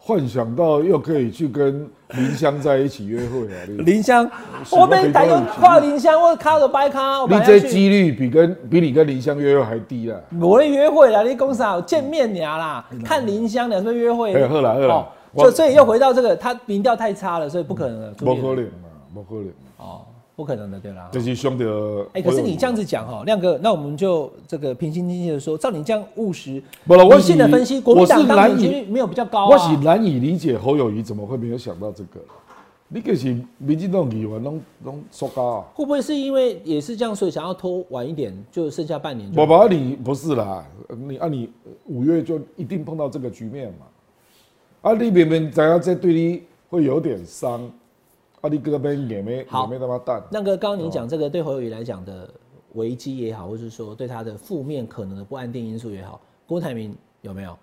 Speaker 3: 幻想到又可以去跟林香在一起约会 啊，你
Speaker 2: 林香，
Speaker 3: 什么
Speaker 2: 我被打用跨林香，我卡了白卡，我
Speaker 3: 你
Speaker 2: 本来要
Speaker 3: 这
Speaker 2: 去
Speaker 3: 几率比跟比你跟林香约会还低啊。
Speaker 2: 我的约会啦，你公啥见面俩啦，看林香两边约会。
Speaker 3: 嗯哎好啦好啦
Speaker 2: 哦
Speaker 3: 我
Speaker 2: 就所以又回到这个，他民调太差了，所以不可能了，
Speaker 3: 不
Speaker 2: 朱立
Speaker 3: 可
Speaker 2: 伦
Speaker 3: 能嘛，不可能嘛，
Speaker 2: 哦，不可能的，对啦。
Speaker 3: 这是兄弟。
Speaker 2: 哎，可是你这样子讲哈，亮哥，那我们就这个平心静气的说，照你这样务实、
Speaker 3: 不了我
Speaker 2: 理性的
Speaker 3: 以
Speaker 2: 分析，国民
Speaker 3: 我
Speaker 2: 党
Speaker 3: 是
Speaker 2: 当
Speaker 3: 难
Speaker 2: 选
Speaker 3: 以
Speaker 2: 几率没有比较高
Speaker 3: 我是
Speaker 2: 啊。
Speaker 3: 难以理解侯友谊怎么会没有想到这个，你就是民进党议员拢拢说高啊。
Speaker 2: 会不会是因为也是这样，所以想要拖晚一点，就剩下半年就
Speaker 3: 我把啊你不是啦，你啊你五月就一定碰到这个局面嘛，啊你明明咱要这对你会有点伤，啊你搁那边也没也没
Speaker 2: 好
Speaker 3: 他妈蛋，
Speaker 2: 那个刚刚你讲这个对侯友宜来讲的危机也好，或是说对他的负面可能的不安定因素也好，郭台铭有没有？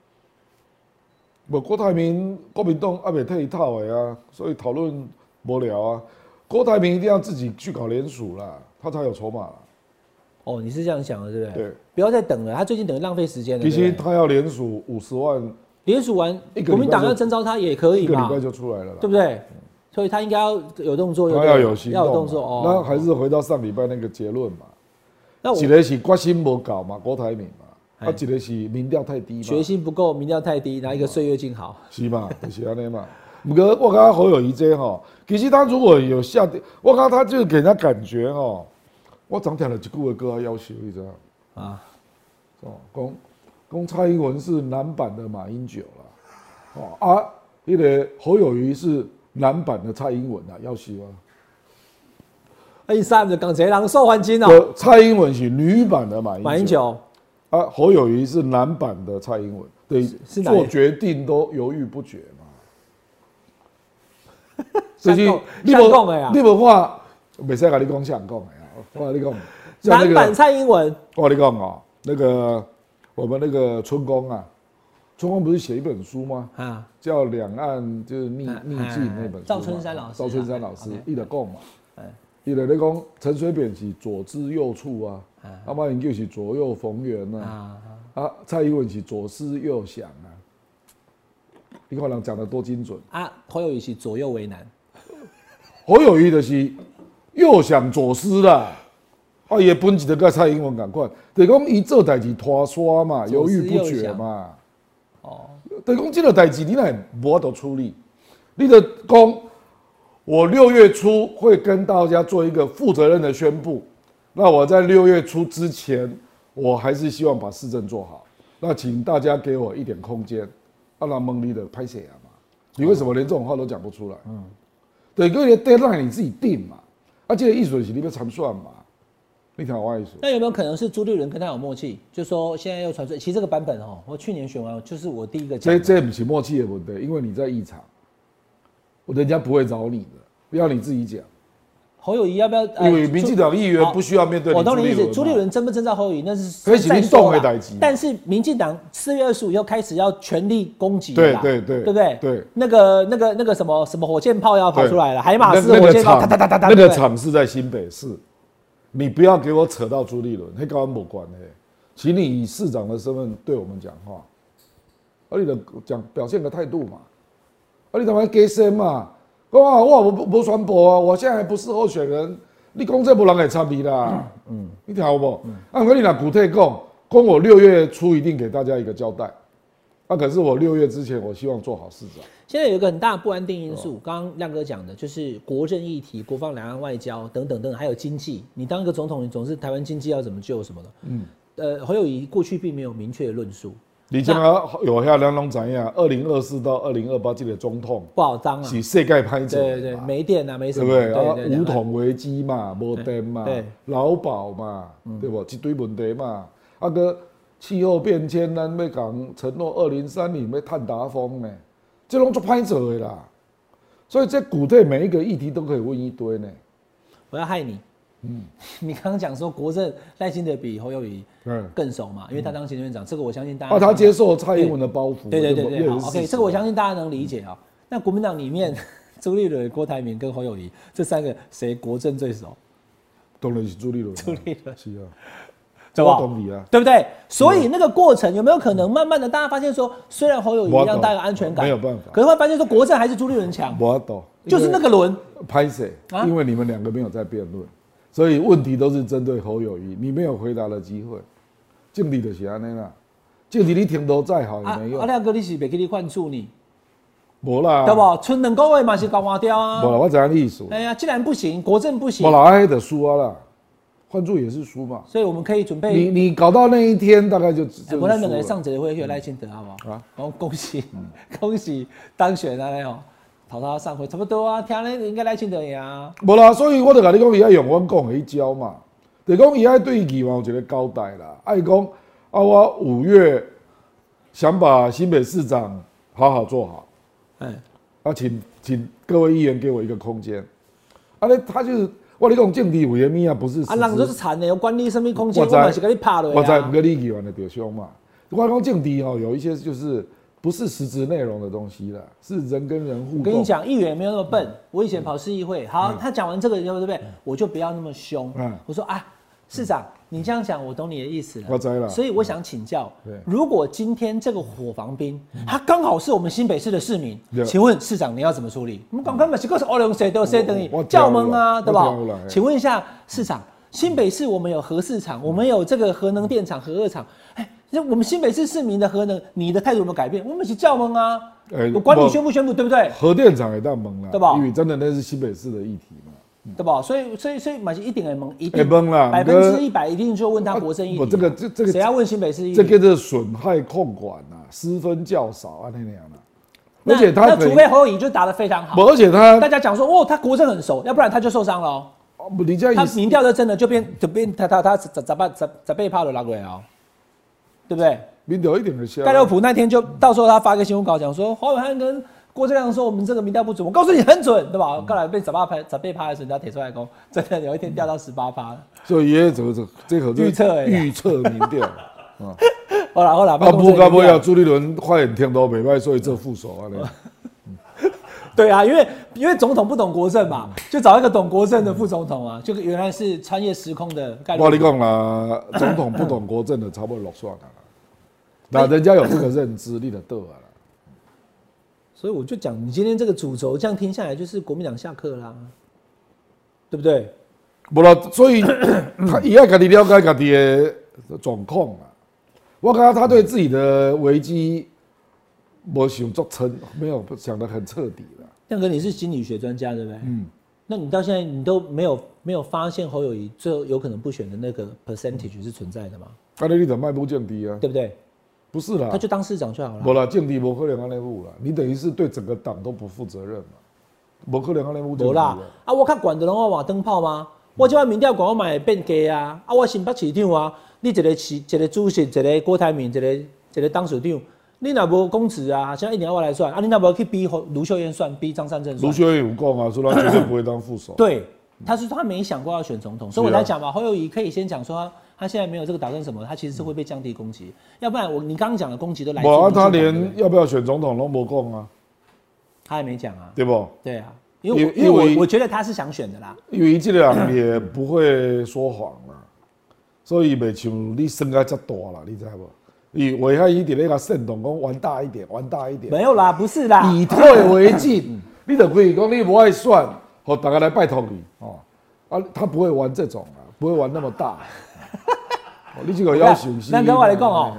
Speaker 3: 无郭台铭国民党还没退套的啊，所以讨论无聊啊，郭台铭一定要自己去搞联署啦，他才有筹码啦，
Speaker 2: 哦，你是这样想的，对不对？
Speaker 3: 对，
Speaker 2: 不要再等了，他最近等于浪费时间了。
Speaker 3: 其
Speaker 2: 对
Speaker 3: 实
Speaker 2: 不对
Speaker 3: 他要联署五十万，
Speaker 2: 联署完
Speaker 3: 一个礼，拜
Speaker 2: 国民党
Speaker 3: 就
Speaker 2: 要征召他也可
Speaker 3: 一
Speaker 2: 以
Speaker 3: 个礼
Speaker 2: 嘛
Speaker 3: 拜，就出来了啦
Speaker 2: 对。不对？所以他应该要有动作，
Speaker 3: 他
Speaker 2: 对
Speaker 3: 要
Speaker 2: 不对
Speaker 3: 有行动
Speaker 2: 要
Speaker 3: 嘛，
Speaker 2: 有动作哦。
Speaker 3: 那还是回到上礼拜那个结论嘛，
Speaker 2: 那
Speaker 3: 一
Speaker 2: 我
Speaker 3: 个是决心无够嘛，郭台铭嘛，啊
Speaker 2: 哎，
Speaker 3: 一个是民调太低嘛，
Speaker 2: 决心不够，民调太低，拿一个岁月静好。
Speaker 3: 是嘛， 就是安尼嘛。不过我刚刚侯友谊这吼，其实他如果有下跌，我刚刚他就给人家感觉吼，我总听了一句话歌要求，你知道吗
Speaker 2: 啊，
Speaker 3: 哦，讲讲蔡英文是男版的马英九啦，哦啊，那个侯友谊是男版的蔡英文啊，要求啊。
Speaker 2: 那第哎三就港贼狼受欢迎哦，
Speaker 3: 呃蔡英文是女版的马英
Speaker 2: 马英九
Speaker 3: 啊，侯友谊是男版的蔡英文，对，
Speaker 2: 是哪一
Speaker 3: 做决定都犹豫不决 嘛。
Speaker 2: 像
Speaker 3: 你
Speaker 2: 像
Speaker 3: 无
Speaker 2: 讲的啊
Speaker 3: 你无话，袂使甲你讲像讲的啊，我跟你讲，像
Speaker 2: 男
Speaker 3: 那
Speaker 2: 版
Speaker 3: 个，
Speaker 2: 蔡英文，
Speaker 3: 我跟你讲哦，那个我们那个春宫啊，春宫不是写一本书吗？
Speaker 2: 啊，
Speaker 3: 叫《两岸就是逆
Speaker 2: 哎
Speaker 3: 逆境》那本书嘛，
Speaker 2: 赵春山老师
Speaker 3: 赵春山老师
Speaker 2: 哎，
Speaker 3: 伊就讲嘛
Speaker 2: 哎，
Speaker 3: 伊就咧讲陈水扁是左支右绌啊，阿妈因就是左右逢源啊。
Speaker 2: 哎啊，
Speaker 3: 啊，蔡英文是左思右想啊，你看人讲的多精准。
Speaker 2: 啊，侯友宜是左右为难，
Speaker 3: 侯友谊就是右想左思啦，啊，也本质就跟蔡英文赶快，就是讲伊做代志拖沙嘛，犹豫不决嘛。
Speaker 2: 哦，
Speaker 3: 就是讲这个代志你乃无法度处理，你得讲我六月初会跟大家做一个负责任的宣布，那我在六月初之前，我还是希望把市政做好，那请大家给我一点空间，阿拉蒙利的拍谁啊嘛？你为什么连这种话都讲不出来？嗯，对，因为 deadline 你自己定嘛，啊，这个艺术是你要参算嘛，你听我意思？
Speaker 2: 那有没有可能是朱立伦跟他有默契？就说现在又传出，其实这个版本哦，我去年选完就是我第一个讲
Speaker 3: 这
Speaker 2: 的，
Speaker 3: 这不是默契的问题，因为你在异常，人家不会找你的，要你自己讲。
Speaker 2: 侯友宜要不要？呃
Speaker 3: 因为民进党议员不需要面对
Speaker 2: 朱我懂你意思，朱
Speaker 3: 朱
Speaker 2: 立
Speaker 3: 立伦啊
Speaker 2: 伦争不争到侯友宜那是
Speaker 3: 可以起
Speaker 2: 再
Speaker 3: 立
Speaker 2: 说
Speaker 3: 动
Speaker 2: 啦
Speaker 3: 的代志
Speaker 2: 啊但是民进党四月二十五又开始要全力攻击了
Speaker 3: 对
Speaker 2: 啦，
Speaker 3: 对对
Speaker 2: 对不对？
Speaker 3: 对，
Speaker 2: 那个那个那个什么什么火箭炮要
Speaker 3: 嘛
Speaker 2: 跑出来了，海
Speaker 3: 对
Speaker 2: 马斯
Speaker 3: 那
Speaker 2: 火
Speaker 3: 那
Speaker 2: 箭
Speaker 3: 个
Speaker 2: 炮，
Speaker 3: 厂
Speaker 2: 哒哒哒哒哒，
Speaker 3: 那
Speaker 2: 对
Speaker 3: 个
Speaker 2: 不对
Speaker 3: 厂是在新北市，你不要给我扯到朱立伦，那跟我没关系。请你以市长的身份对我们讲话，啊而你的讲表现个态度嘛，啊而你他妈给声嘛，哇哇我不不传播啊，我现在还不是候选人，你讲这无人会插你啦，嗯，你听好不？按我你俩古特讲，讲我六月初一定给大家一个交代，那、可是我六月之前，我希望做好市长。
Speaker 2: 现在有一个很大的不安定因
Speaker 3: 哦
Speaker 2: 素，刚刚亮哥讲的就是国政议题、国防、两岸外交等等等，还有经济。你当一个总统，你总是台湾经济要怎么救什么的。嗯，呃，侯友谊过去并没有明确的论述，
Speaker 3: 你像啊，有遐两种怎样？二零二四到二零二八这个总统
Speaker 2: 不好当啊。
Speaker 3: 是世界拍者，
Speaker 2: 对对对，没电啊，没什
Speaker 3: 对
Speaker 2: 么，
Speaker 3: 不对？啊
Speaker 2: 对，
Speaker 3: 五桶危机嘛，无电嘛
Speaker 2: 对，
Speaker 3: 劳保嘛，对不？一堆问题嘛，啊个气候变迁，咱要讲承诺二零三零要碳达峰呢，这拢做歹做的啦。所以这古代每一个议题都可以问一堆呢。
Speaker 2: 我要害你。嗯，你 刚刚讲说国政赖清德比侯友谊
Speaker 3: 嗯，
Speaker 2: 更熟嘛，因为他当行政院长，这个我相信大家。
Speaker 3: 啊，他接受蔡英文的包袱，
Speaker 2: 对对对
Speaker 3: 也
Speaker 2: 对，
Speaker 3: 是嗯
Speaker 2: 好
Speaker 3: 事
Speaker 2: ，OK，
Speaker 3: 实
Speaker 2: 这个我相信大家能理解啊、那国民党里面， 朱立伦、郭台铭跟侯友谊这三个谁国政最熟？
Speaker 3: 嗯当然是朱立伦啊，朱
Speaker 2: 立伦
Speaker 3: 是啊，
Speaker 2: 对吧
Speaker 3: 我懂你啊。嗯
Speaker 2: 对不对？所以那个过程有没有可能慢慢的，大家发现说，虽然侯友谊
Speaker 3: 我懂
Speaker 2: 让大家有安全感，
Speaker 3: 没有办法
Speaker 2: 可是会发现说国政还是朱立伦强，
Speaker 3: 我懂，
Speaker 2: 就是那个轮。
Speaker 3: 拍谁
Speaker 2: 啊？
Speaker 3: 因为你们两个没有在辩论，所以问题都是针对侯友谊，你没有回答的机会。政治就是安尼啦，政治你听头再好也
Speaker 2: 啊
Speaker 3: 没，
Speaker 2: 阿
Speaker 3: 用，
Speaker 2: 亮哥，你是袂给你灌注你，
Speaker 3: 无啦，
Speaker 2: 对不？剩两个月嘛是搞换掉
Speaker 3: 无
Speaker 2: 啊。
Speaker 3: 啦，我知影你意思，
Speaker 2: 哎呀，既然不行，国政不行
Speaker 3: 无，啦，阿黑的输啊啦，换注也是输嘛。
Speaker 2: 所以我们可以准备
Speaker 3: 你你搞到那一天，大概就
Speaker 2: 哎
Speaker 3: 就
Speaker 2: 我们两个
Speaker 3: 是输了。
Speaker 2: 上节会有赖清德，好不好？
Speaker 3: 啊
Speaker 2: 然后恭喜、 恭喜当选啊！那种淘淘上回差不多啊，听那应该赖清德赢啊。
Speaker 3: 无啦，所以我就甲你讲，伊爱用阮讲的迄招嘛，就讲伊爱对议员有一个交代啦，爱讲啊，我五月想把新北市长好好做好。
Speaker 2: 哎，
Speaker 3: 啊，请请各位议员给我一个空间。啊，那他就是我跟你讲政治委员咪啊，不是实
Speaker 2: 啊，人就是
Speaker 3: 质。
Speaker 2: 惨的，有管理生命空间，
Speaker 3: 我
Speaker 2: 我
Speaker 3: 知
Speaker 2: 嘛是给你拍落
Speaker 3: 我在
Speaker 2: 啊
Speaker 3: 不。跟你议员的对凶嘛。我讲政治哦，有一些就是不是实质内容的东西啦，是人跟人互动。嗯
Speaker 2: 我跟你，讲，议员没有那么笨。我以前跑市议会，好，他讲完这个以后，对不对？我就不要那么凶
Speaker 3: 嗯。
Speaker 2: 我说啊，市长，你这样讲，我懂你的意思了。
Speaker 3: 我知啦
Speaker 2: 所以我想请教
Speaker 3: 对，嗯
Speaker 2: 如果今天这个伙房兵，他刚好是我们新北市的市民，
Speaker 3: 对
Speaker 2: 请问市长你要怎么处理？我们刚刚不是告诉欧龙谁都谁等你
Speaker 3: 我我
Speaker 2: 叫门啊，
Speaker 3: 我
Speaker 2: 对吧
Speaker 3: 我知道啦？
Speaker 2: 请问一下市长，
Speaker 3: 嗯
Speaker 2: 新北市我们有核市场，我们有这个核能电厂、核二厂，哎。那我们新北市市民的核能，你的态度有没有改变？我们一起叫门啊！
Speaker 3: 哎
Speaker 2: 我管你
Speaker 3: 我
Speaker 2: 宣不宣布，对不对？
Speaker 3: 核电厂也大懵啦，
Speaker 2: 对吧
Speaker 3: 因为真的那是新北市的议题嘛。
Speaker 2: 对吧？所以所以所以马是一定会问，一
Speaker 3: 会
Speaker 2: 定
Speaker 3: 问啦
Speaker 2: 百分之一百一定就问他
Speaker 3: 啊
Speaker 2: 国政议题。
Speaker 3: 我这个这这个
Speaker 2: 谁要问新北市议
Speaker 3: 这
Speaker 2: 题？
Speaker 3: 个是损害控管啊，私分较少啊，那样啦。
Speaker 2: 那
Speaker 3: 而且他
Speaker 2: 那
Speaker 3: 可以
Speaker 2: 除非啊侯友谊就答得非常好，
Speaker 3: 不而且他
Speaker 2: 大，家讲说哦，他国政很熟，要不然他就受伤了哦。
Speaker 3: 哦你这
Speaker 2: 他
Speaker 3: 样意
Speaker 2: 民调就真的就变就变他他他咋咋办咋咋被怕了拉过来哦，对不对？
Speaker 3: 民调一点的消。
Speaker 2: 盖洛普那天就到时候他发个新闻稿讲说，黄伟汉跟郭正亮说我们这个民调不准，我告诉你很准，对
Speaker 3: 嗯
Speaker 2: 吧？后来被咋八拍咋被趴的时候，人家铁出来攻，真的有一天掉到十八趴了。
Speaker 3: 所以也走走，这可是
Speaker 2: 预测而已啊
Speaker 3: 预测民调。
Speaker 2: 后来后来
Speaker 3: 啊，不干不要，朱立伦坏很听都袂歹，所以做副手 啊。
Speaker 2: 对啊，因为因为总统不懂国政嘛，就找一个懂国政的副总统啊，就原来是穿越时空的概
Speaker 3: 我跟
Speaker 2: 率。
Speaker 3: 你讲啦，总统不懂国政的，差不多落选啦。那人家有这个认知，你就倒啊啦。
Speaker 2: 所以我就讲，你今天这个主轴这样听下来，就是国民党下课啦，对不对？
Speaker 3: 无啦，所以他也要家己了解家己的状况啦。我感觉他对自己的危机没想做成，没有想得很彻底啦。
Speaker 2: 亮哥，你是心理学专家对不对？嗯。那你到现在你都没有没有发现侯友谊最后有可能不选的那个 percentage 是存在的吗？
Speaker 3: 啊，你你就卖不降低啊？
Speaker 2: 对不对？
Speaker 3: 不是啦
Speaker 2: 他，就当市长就好了。
Speaker 3: 无啦，降低无可能安尼有啦。你等于是对整个党都不负责任嘛，无可能安尼有政治啊。
Speaker 2: 无啦，啊，我较管的拢我换灯泡吗？我即摆民调管我嘛会变低啊，啊，我新北市长啊，你一个市一个主席，一个郭台铭，一个一个当市长，你若无公职啊，现在一定要我来算，啊，你若无去逼侯卢秀燕算，逼张善政
Speaker 3: 卢
Speaker 2: 算，
Speaker 3: 修也有讲啊，说他绝对不会当副手。
Speaker 2: 对，他是他没想过要选总统，所以我
Speaker 3: 是啊
Speaker 2: 才讲嘛，侯友谊可以先讲说他。他现在没有这个打算什么，他其实是会被降低攻击，要不然我你刚刚讲的攻击都来自于
Speaker 3: 我啊，他
Speaker 2: 民进党对不
Speaker 3: 连
Speaker 2: 对
Speaker 3: 要不要选总统都没讲啊，
Speaker 2: 他还没讲啊，
Speaker 3: 对不？
Speaker 2: 对啊，因为我因
Speaker 3: 因
Speaker 2: 为
Speaker 3: 因为
Speaker 2: 我我觉得他是想选的啦，
Speaker 3: 因为这个人也不会说谎啦，所以袂像你生啊遮大啦，你知无？伊危害伊伫咧甲煽动讲玩大一点，玩大一点，
Speaker 2: 没有嗯啦，不是啦，
Speaker 3: 以退为进， 你就可以讲你不爱算，好大家来拜托你哦。啊，他不会玩这种啊，不会玩那么 大。哦你这个要求是，
Speaker 2: 那跟我来讲哦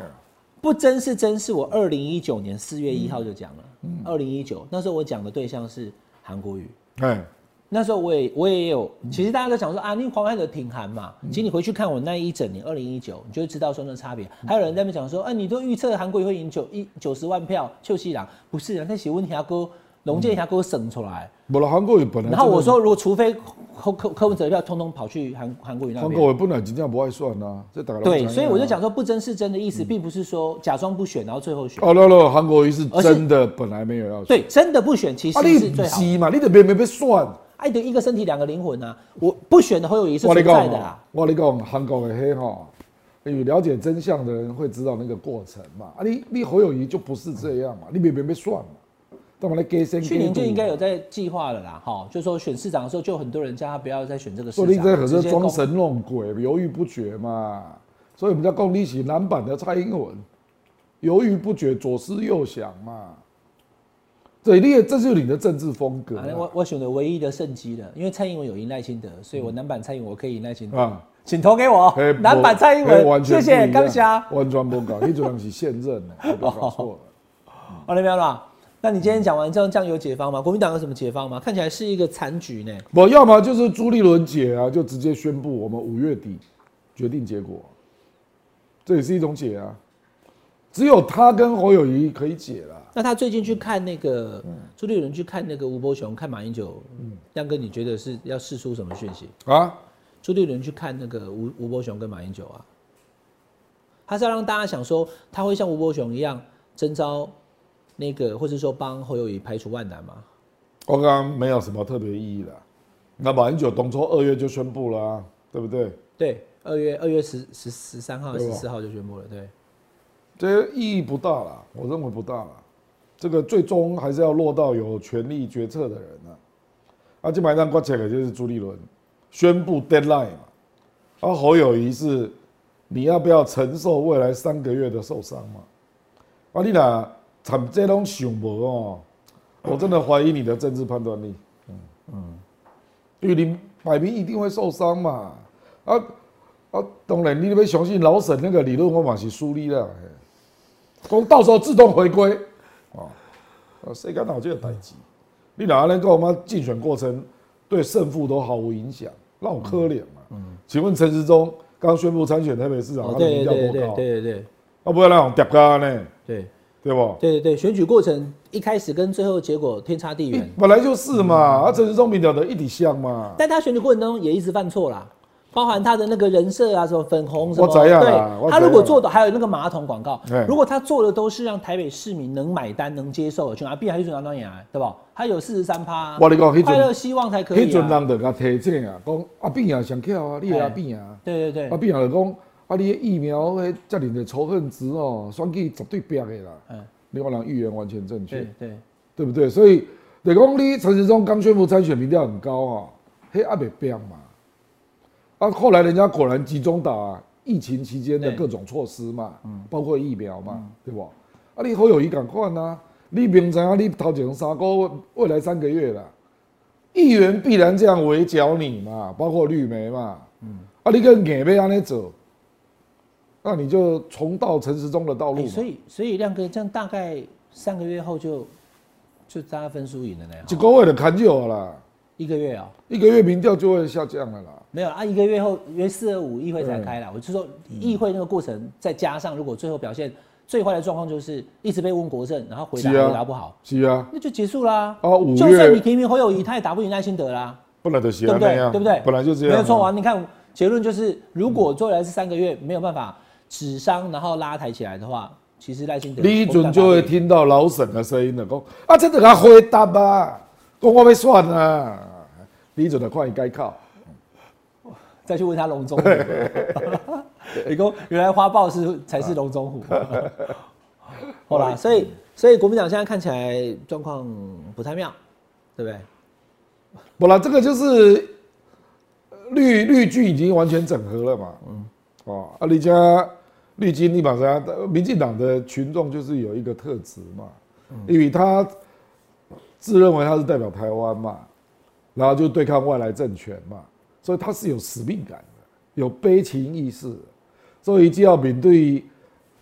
Speaker 2: 不争是争，是我二零一九年四月一号就讲了。二零一九那时候我讲的对象是韩国瑜，
Speaker 3: 哎，
Speaker 2: 那时候我也我也有，其实大家都想说啊，你黄汉德挺韩嘛，其实你回去看我那一整年，二零一九，你就会知道说那差别。还有人在那边讲说，啊，你都预测韩国瑜会赢九一九十万票，邱西朗不是啊，那些问题还给我龙建还给我省出来。
Speaker 3: 不了韩国瑜本来，
Speaker 2: 然后我，说，如果除非柯柯柯文哲的票通通跑去韩韩国瑜那
Speaker 3: 韩
Speaker 2: 边。
Speaker 3: 国瑜本来真正不爱算呐，这大家都知啊
Speaker 2: 对，
Speaker 3: 道
Speaker 2: 所以我就讲，说不争是真的意思，并不是说假装不选，然后最后选。
Speaker 3: 嗯哦，那那韩国瑜是
Speaker 2: 而是
Speaker 3: 真的本来没有要选，
Speaker 2: 对，真的不选其
Speaker 3: 啊，
Speaker 2: 实是
Speaker 3: 你
Speaker 2: 最
Speaker 3: 不
Speaker 2: 好。
Speaker 3: 是嘛，你就别别别算。
Speaker 2: 爱的一个身体两个灵魂啊，我不选的侯友谊是
Speaker 3: 我
Speaker 2: 存
Speaker 3: 跟你讲
Speaker 2: 在的啊
Speaker 3: 哦
Speaker 2: 啦。，
Speaker 3: 我跟你讲，韩国的黑哈，有了解真相的人会知道那个过程嘛。啊，你你侯友谊就不是这样嘛，你别别别算嘛，干嘛来给先？
Speaker 2: 去年就应该有在计划了啦，哈，就说选市长的时候，就很多人叫他不要再选啊这个市
Speaker 3: 所以你
Speaker 2: 长，
Speaker 3: 在可
Speaker 2: 直
Speaker 3: 是
Speaker 2: 接
Speaker 3: 装
Speaker 2: 公
Speaker 3: 神弄鬼，犹豫不决嘛。所以我们叫共立起男版的蔡英文，犹豫不决，左思右想嘛。对，你也这就是你的政治风格
Speaker 2: 啊我我选的唯一的胜机了，因为蔡英文有赢赖清德，所以我男版蔡英文我可以赢赖清德，
Speaker 3: 嗯啊。
Speaker 2: 请投给我
Speaker 3: 嘿
Speaker 2: 男版蔡英
Speaker 3: 嘿
Speaker 2: 文，
Speaker 3: 完全
Speaker 2: 谢
Speaker 3: 不一样
Speaker 2: 谢啊刚侠，
Speaker 3: 完全不搞，你主要是现任 的，你搞错了。
Speaker 2: 好了没有啦？那你今天讲完之后，这样有解放吗？国民党有什么解放吗？看起来是一个残局呢。
Speaker 3: 我要么就是朱立伦解啊，就直接宣布我们五月底决定结果，这也是一种解啊。只有他跟侯友谊可以解啦。
Speaker 2: 那他最近去看那个朱立伦去看那个吴伯雄，看马英九，亮哥，你觉得是要释出什么讯息？
Speaker 3: 啊，
Speaker 2: 朱立伦去看那个吴吴伯雄跟马英九啊，他是要让大家想说他会像吴伯雄一样征召那个，或是说帮侯友谊排除万难吗？
Speaker 3: 我刚刚没有什么特别意义啦。那马英九当初二月就宣布啦、对不对？
Speaker 2: 对，二月二月十十十三号、
Speaker 3: 对
Speaker 2: 十
Speaker 3: 吧
Speaker 2: 四号就宣布了，对，
Speaker 3: 这意义不大啦，我认为不大啦。这个最终还是要落到有权力决策的人啊。啊，基本上关切的就是朱立伦宣布 deadline 嘛，啊，侯友谊是你要不要承受未来三个月的受伤嘛？啊，你俩惨这种想无哦，我真的怀疑你的政治判断力。嗯嗯，因为你摆明一定会受伤嘛。啊啊，当然你要相信老沈那个理论，我嘛是输你啦。嘿讲到时候自动回归，哦，啊，谁敢脑这个代志？你哪能够我们竞选过程对胜负都毫无影响，让我可怜嘛？请问陈时中刚宣布参选台北市长，
Speaker 2: 嗯哦，
Speaker 3: 他的
Speaker 2: 对
Speaker 3: 民调
Speaker 2: 对对
Speaker 3: 多
Speaker 2: 对
Speaker 3: 高？
Speaker 2: 对对
Speaker 3: 啊，不要那种叠加呢，
Speaker 2: 对
Speaker 3: 对不？
Speaker 2: 对对对，选举过程一开始跟最后结果天差地远，
Speaker 3: 本来就是嘛，
Speaker 2: 嗯
Speaker 3: 啊，陈时中民调的一体像嘛，
Speaker 2: 但他选举过程当中也一直犯错啦。包含他的那个人设啊，什么粉红什么，
Speaker 3: 我知道啦我
Speaker 2: 对，
Speaker 3: 知道
Speaker 2: 他如果做的还有那个马桶广告
Speaker 3: 对，
Speaker 2: 如果他做的都是让台北市民能买单、能接受的，像阿碧还是选当演员，对吧？他有四十三趴，啊
Speaker 3: 我跟你讲那阵
Speaker 2: 快乐希望才可
Speaker 3: 迄
Speaker 2: 以
Speaker 3: 阵
Speaker 2: 啊。
Speaker 3: 人就甲提醒啊，讲阿扁也上巧啊，你
Speaker 2: 哎
Speaker 3: 也阿扁啊，
Speaker 2: 对对
Speaker 3: 阿
Speaker 2: 对，
Speaker 3: 扁也就讲啊，你的疫苗迄遮尔的仇恨值哦，选举绝对白的啦。
Speaker 2: 嗯，
Speaker 3: 你看人预言完全正确
Speaker 2: 对，对
Speaker 3: 对不对？所以就讲你陈时中刚宣布参选，民调很高啊，迄阿袂变嘛。啊，后来人家果然集中打疫情期间的
Speaker 2: 对
Speaker 3: 各种措施嘛，包括疫苗嘛，
Speaker 2: 嗯
Speaker 3: 对不？啊，你侯友谊赶快呐，你明知啊，你头前三个月未来三个月啦，议员必然这样围剿你嘛，包括绿媒嘛，
Speaker 2: 嗯
Speaker 3: 啊，你跟硬要安尼走，那你就重蹈陈时中的道路
Speaker 2: 哎
Speaker 3: 嘛。
Speaker 2: 所以所以亮哥这样大概三个月后就就大家分输赢了呢，
Speaker 3: 一个月就砍掉啦。
Speaker 2: 一个月哦、
Speaker 3: 一个月民调就会下降了啦。
Speaker 2: 没有啊，一个月后约四二五议会才
Speaker 3: 嗯
Speaker 2: 开了。我就说议会那个过程，再加上如果最后表现最坏的状况就是一直被问国政，然后回答
Speaker 3: 是啊
Speaker 2: 回答不好，
Speaker 3: 是啊，
Speaker 2: 那就结束啦。
Speaker 3: 啊五月
Speaker 2: 就算你提名侯友谊，他也打不赢赖清德啦，
Speaker 3: 本来就是
Speaker 2: 对不
Speaker 3: 那
Speaker 2: 对
Speaker 3: 样，？
Speaker 2: 对不对？
Speaker 3: 啊本来就这样，
Speaker 2: 没有错啊。。你看结论就是，如果未来是三个月没有办法止伤，然后拉抬起来的话，其实赖清德
Speaker 3: 你一准就会听到老沈的声音了，讲啊，这得他回答吧，讲我要选啊，你准就看伊改靠。
Speaker 2: 再去问他龙中虎。 你说原来花豹是才是龙中虎。好啦，所以所以国民党现在看起来状况不太妙，对不对？
Speaker 3: 不啦，这个就是呃绿绿军已经完全整合了嘛。嗯。哦，啊，你家绿军立马上，民进党的群众就是有一个特质嘛，因为他自认为他是代表台湾嘛，然后就对抗外来政权嘛，所以他是有使命感的，有悲情意识的，所以既要面对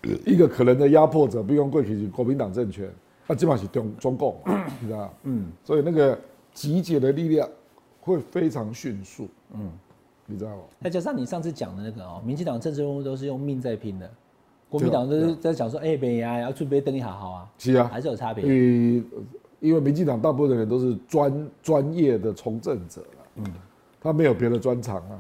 Speaker 3: 呃一个可能的压迫者，不用过去是国民党政权， 嗯啊，基本上是中中共嘛，你知道吗？嗯，所以那个集结的力量会非常迅速。嗯，你知道吗？
Speaker 2: 再加上你上次讲的那个哦，民进党政治人物都是用命在拼的，国民党都是在讲说，哎，北牙要准备登一下好啊，
Speaker 3: 是啊，
Speaker 2: 还是有差别
Speaker 3: 因。为因为民进党大部分的人都是专专业的从政者了，嗯，他没有别的专长啊。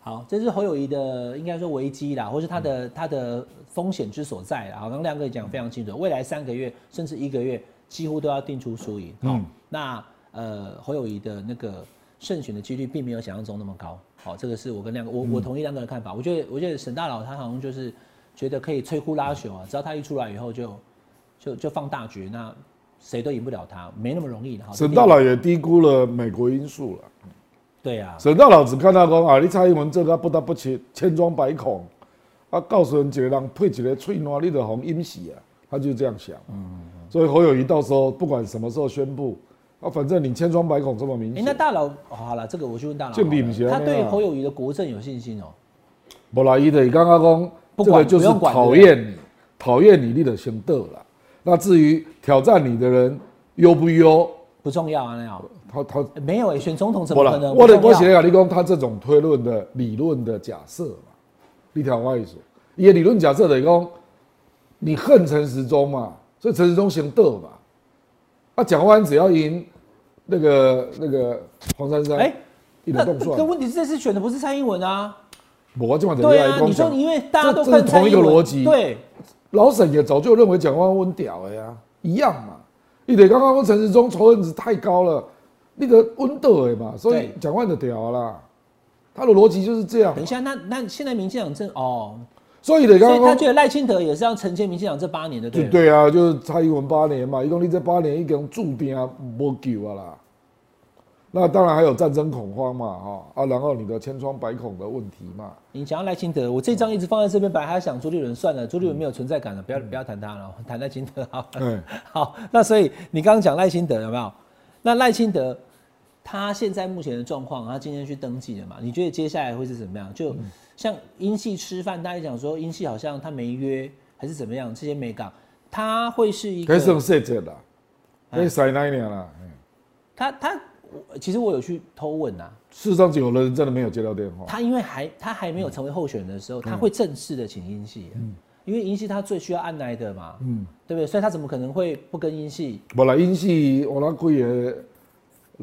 Speaker 2: 好，这是侯友谊的应该说危机啦，或是他
Speaker 3: 嗯
Speaker 2: 的、他的风险之所在啦。好，刚刚亮哥也讲得非常清楚，未来三个月甚至一个月，几乎都要定出输赢。
Speaker 3: 嗯
Speaker 2: 好，那呃侯友谊的那个胜选的几率并没有想象中那么高。好，这个是我跟亮哥，
Speaker 3: 嗯
Speaker 2: 我我同意亮哥的看法。我觉得我觉得沈大佬他好像就是觉得可以摧枯拉朽啊，只要他一出来以后就就就放大局，那谁都赢不了他，没那么容易的。好
Speaker 3: 沈大佬也低估了美国因素了。
Speaker 2: 对啊，
Speaker 3: 沈大佬只看到讲啊，你蔡英文这个不得不千千疮百孔，啊，告诉人一个人配一个喙烂，你就红阴死啊，他就这样想。嗯，所以侯友谊到时候不管什么时候宣布，啊，反正你千疮百孔这么明
Speaker 2: 哎、那
Speaker 3: 显，
Speaker 2: 大佬、哦好了，这个我去问大佬
Speaker 3: 就
Speaker 2: 好
Speaker 3: 领先
Speaker 2: 了。他
Speaker 3: 了
Speaker 2: 对
Speaker 3: 啦
Speaker 2: 侯友谊的国政有信心哦、
Speaker 3: 无啦，伊的刚刚
Speaker 2: 不
Speaker 3: 讲，这
Speaker 2: 管
Speaker 3: 个就是
Speaker 2: 不用管
Speaker 3: 讨厌你，讨厌你，你的行斗了。那至于挑战你的人优不优，
Speaker 2: 不重要啊，那样、
Speaker 3: 他他
Speaker 2: 欸没有哎、选总统怎
Speaker 3: 我
Speaker 2: 么
Speaker 3: 呃啦
Speaker 2: 可，能？
Speaker 3: 我的
Speaker 2: 不
Speaker 3: 我
Speaker 2: 重
Speaker 3: 写
Speaker 2: 要
Speaker 3: 啊，你讲他这种推论的理论的假设嘛，你听我意思，伊的理论假设就是讲，你恨陈时中嘛，所以陈时中行斗嘛，啊，蒋万安只要赢那个那个黄珊珊，
Speaker 2: 哎
Speaker 3: 一啊
Speaker 2: 那
Speaker 3: 点动算
Speaker 2: 可，问题是这次选的不是蔡英文啊，
Speaker 3: 我今晚等
Speaker 2: 对啊
Speaker 3: 下，
Speaker 2: 你说因为大家都
Speaker 3: 这这
Speaker 2: 看
Speaker 3: 是同一个
Speaker 2: 蔡英文
Speaker 3: 逻辑，
Speaker 2: 对，
Speaker 3: 老沈也早就认为蒋万安温屌了呀，一样嘛。你得刚刚说陈时中仇恨值太高了，你的温度的嘛，所以
Speaker 2: 对
Speaker 3: 蒋万安就屌了啦。他的逻辑就是这样嘛
Speaker 2: 等一。下，那那现在民进党政哦，
Speaker 3: 所以得
Speaker 2: 所以
Speaker 3: 刚
Speaker 2: 他
Speaker 3: 刚
Speaker 2: 觉得赖清德也是要承接民进党这八年的，对
Speaker 3: 就
Speaker 2: 了，
Speaker 3: 对啊，就是蔡英文八年嘛，一共你这八年一共注定啊没救啊啦。那当然还有战争恐慌嘛，哈啊，然后你的千疮百孔的问题嘛，
Speaker 2: 你讲到赖清德，我这张一直放在这边，本来还想朱立伦算了，朱立伦没有存在感了，不要不要谈他了，谈赖清德好了。
Speaker 3: 哎，
Speaker 2: 好，那所以你刚刚讲赖清德有没有？那赖清德他现在目前的状况，他今天去登记了嘛？你觉得接下来会是怎么样？就像英系吃饭，大家讲说哦英系好像他没约还是怎么样，这些美港，他会是一
Speaker 3: 该剩
Speaker 2: 个
Speaker 3: 细节啦，该塞那一年啦。哎
Speaker 2: 他他我其实我有去偷问啊，
Speaker 3: 事实上，有的人真的没有接到电话。
Speaker 2: 他因为还他还没有成为候选人的时候，他会正式的请英系、啊，因为英系他最需要按耐的嘛，嗯，对不对？所以他怎么可能会不跟英系？
Speaker 3: 无啦，因是我那几个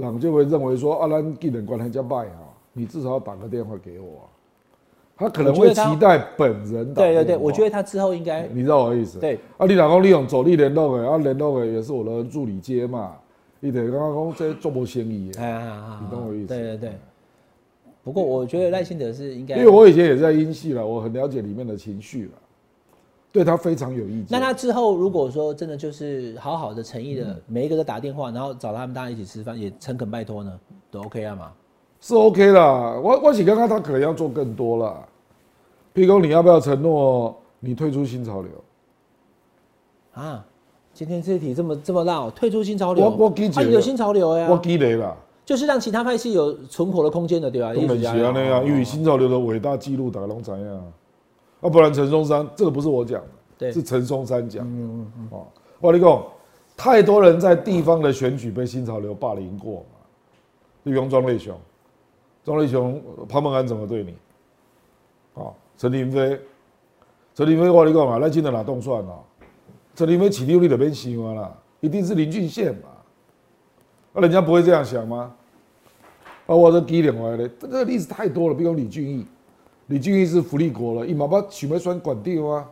Speaker 3: 人就会认为说，啊，咱既然关系这歹啊，你至少要打个电话给我啊、他可能会期待本人打
Speaker 2: 对
Speaker 3: 电话。
Speaker 2: 对对，我觉得他之后应该
Speaker 3: 你知道我的意思。
Speaker 2: 对
Speaker 3: 啊，你老公利用走力联络的，啊，联络的也是我的助理接嘛，你得刚刚讲这做不生意的。
Speaker 2: 哎呀，好好好
Speaker 3: 你懂我意思
Speaker 2: 对对对。不过我觉得赖清德是应该，
Speaker 3: 因为我以前也在英系了，我很了解里面的情绪了，对他非常有意见。
Speaker 2: 那他之后如果说真的就是好好的、诚意
Speaker 3: 嗯
Speaker 2: 的，每一个都打电话，然后找他们大家一起吃饭，也诚恳拜托呢，都 OK 啊嘛？
Speaker 3: 是 OK 啦。我我只刚刚他可能要做更多啦。譬如说你要不要承诺你退出新潮流？
Speaker 2: 啊，今天这题这么这么绕，退出新潮流，
Speaker 3: 我我记
Speaker 2: 啊
Speaker 3: 者，
Speaker 2: 有新潮流
Speaker 3: 我
Speaker 2: 呀，
Speaker 3: 积累啦，
Speaker 2: 就是让其他派系有存活的空间的，对吧？
Speaker 3: 东本
Speaker 2: 艺
Speaker 3: 喜
Speaker 2: 术家
Speaker 3: 啊那样，因为新潮流的伟大记录，大家都知样啊。啊，不然陈松山这个不是我讲的，
Speaker 2: 对
Speaker 3: 是陈松山讲的。哦，我跟你讲，太多人在地方的选举被新潮流霸凌过嘛。例如庄瑞雄，庄瑞雄潘孟安怎么对你？哦，陈林飞，陈林飞我跟你讲啊，赖清德哪动算啊？陈林飞起立你那边想啊啦，一定是林俊宪嘛。那、人家不会这样想吗？啊，我的低点歪嘞，这个例子太多了，比如李俊义，李俊义是福利国了，一毛把许梅酸管定啊，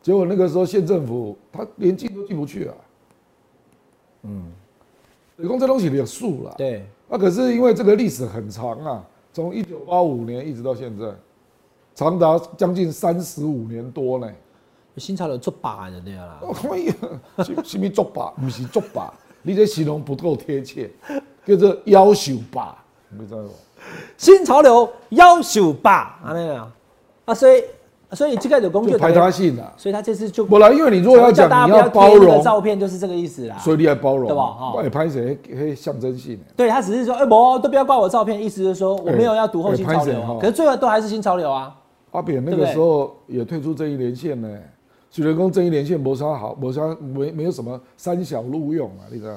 Speaker 3: 结果那个时候县政府他连进都进不去啊，嗯，理工这东西有数了，
Speaker 2: 对，
Speaker 3: 那、啊可是因为这个历史很长啊，从一九八五年一直到现在，长达将近三十五年多呢。
Speaker 2: 新潮流做把的对啊啦，
Speaker 3: 哎呀，什什么作罢，不是作罢，你这形容不够贴切，叫做妖秀吧，你知道吗？
Speaker 2: 新潮流要求霸，啊那样，啊所以所以这个有工具
Speaker 3: 就排他性啊。
Speaker 2: 所以他这次就
Speaker 3: 不然，因为你如果要
Speaker 2: 叫
Speaker 3: 讲
Speaker 2: 大家
Speaker 3: 你
Speaker 2: 不要
Speaker 3: 包
Speaker 2: 贴那个
Speaker 3: 容，
Speaker 2: 照片就是这个意思啦。
Speaker 3: 所以你要包容，
Speaker 2: 对吧哈
Speaker 3: 哎，拍谁黑象征性的，
Speaker 2: 对他只是说，哎、不都不要挂我照片，意思就是说我没有要读后新潮
Speaker 3: 哎哎拍
Speaker 2: 流
Speaker 3: 谁
Speaker 2: 啊
Speaker 3: 哈。
Speaker 2: 可是最后都还是新潮流啊。
Speaker 3: 阿扁那
Speaker 2: 对不
Speaker 3: 个
Speaker 2: 对
Speaker 3: 时候也退出正义连线呢，虽然讲正义连线没啥好，没啥没没有什么三小录用啊，你知道？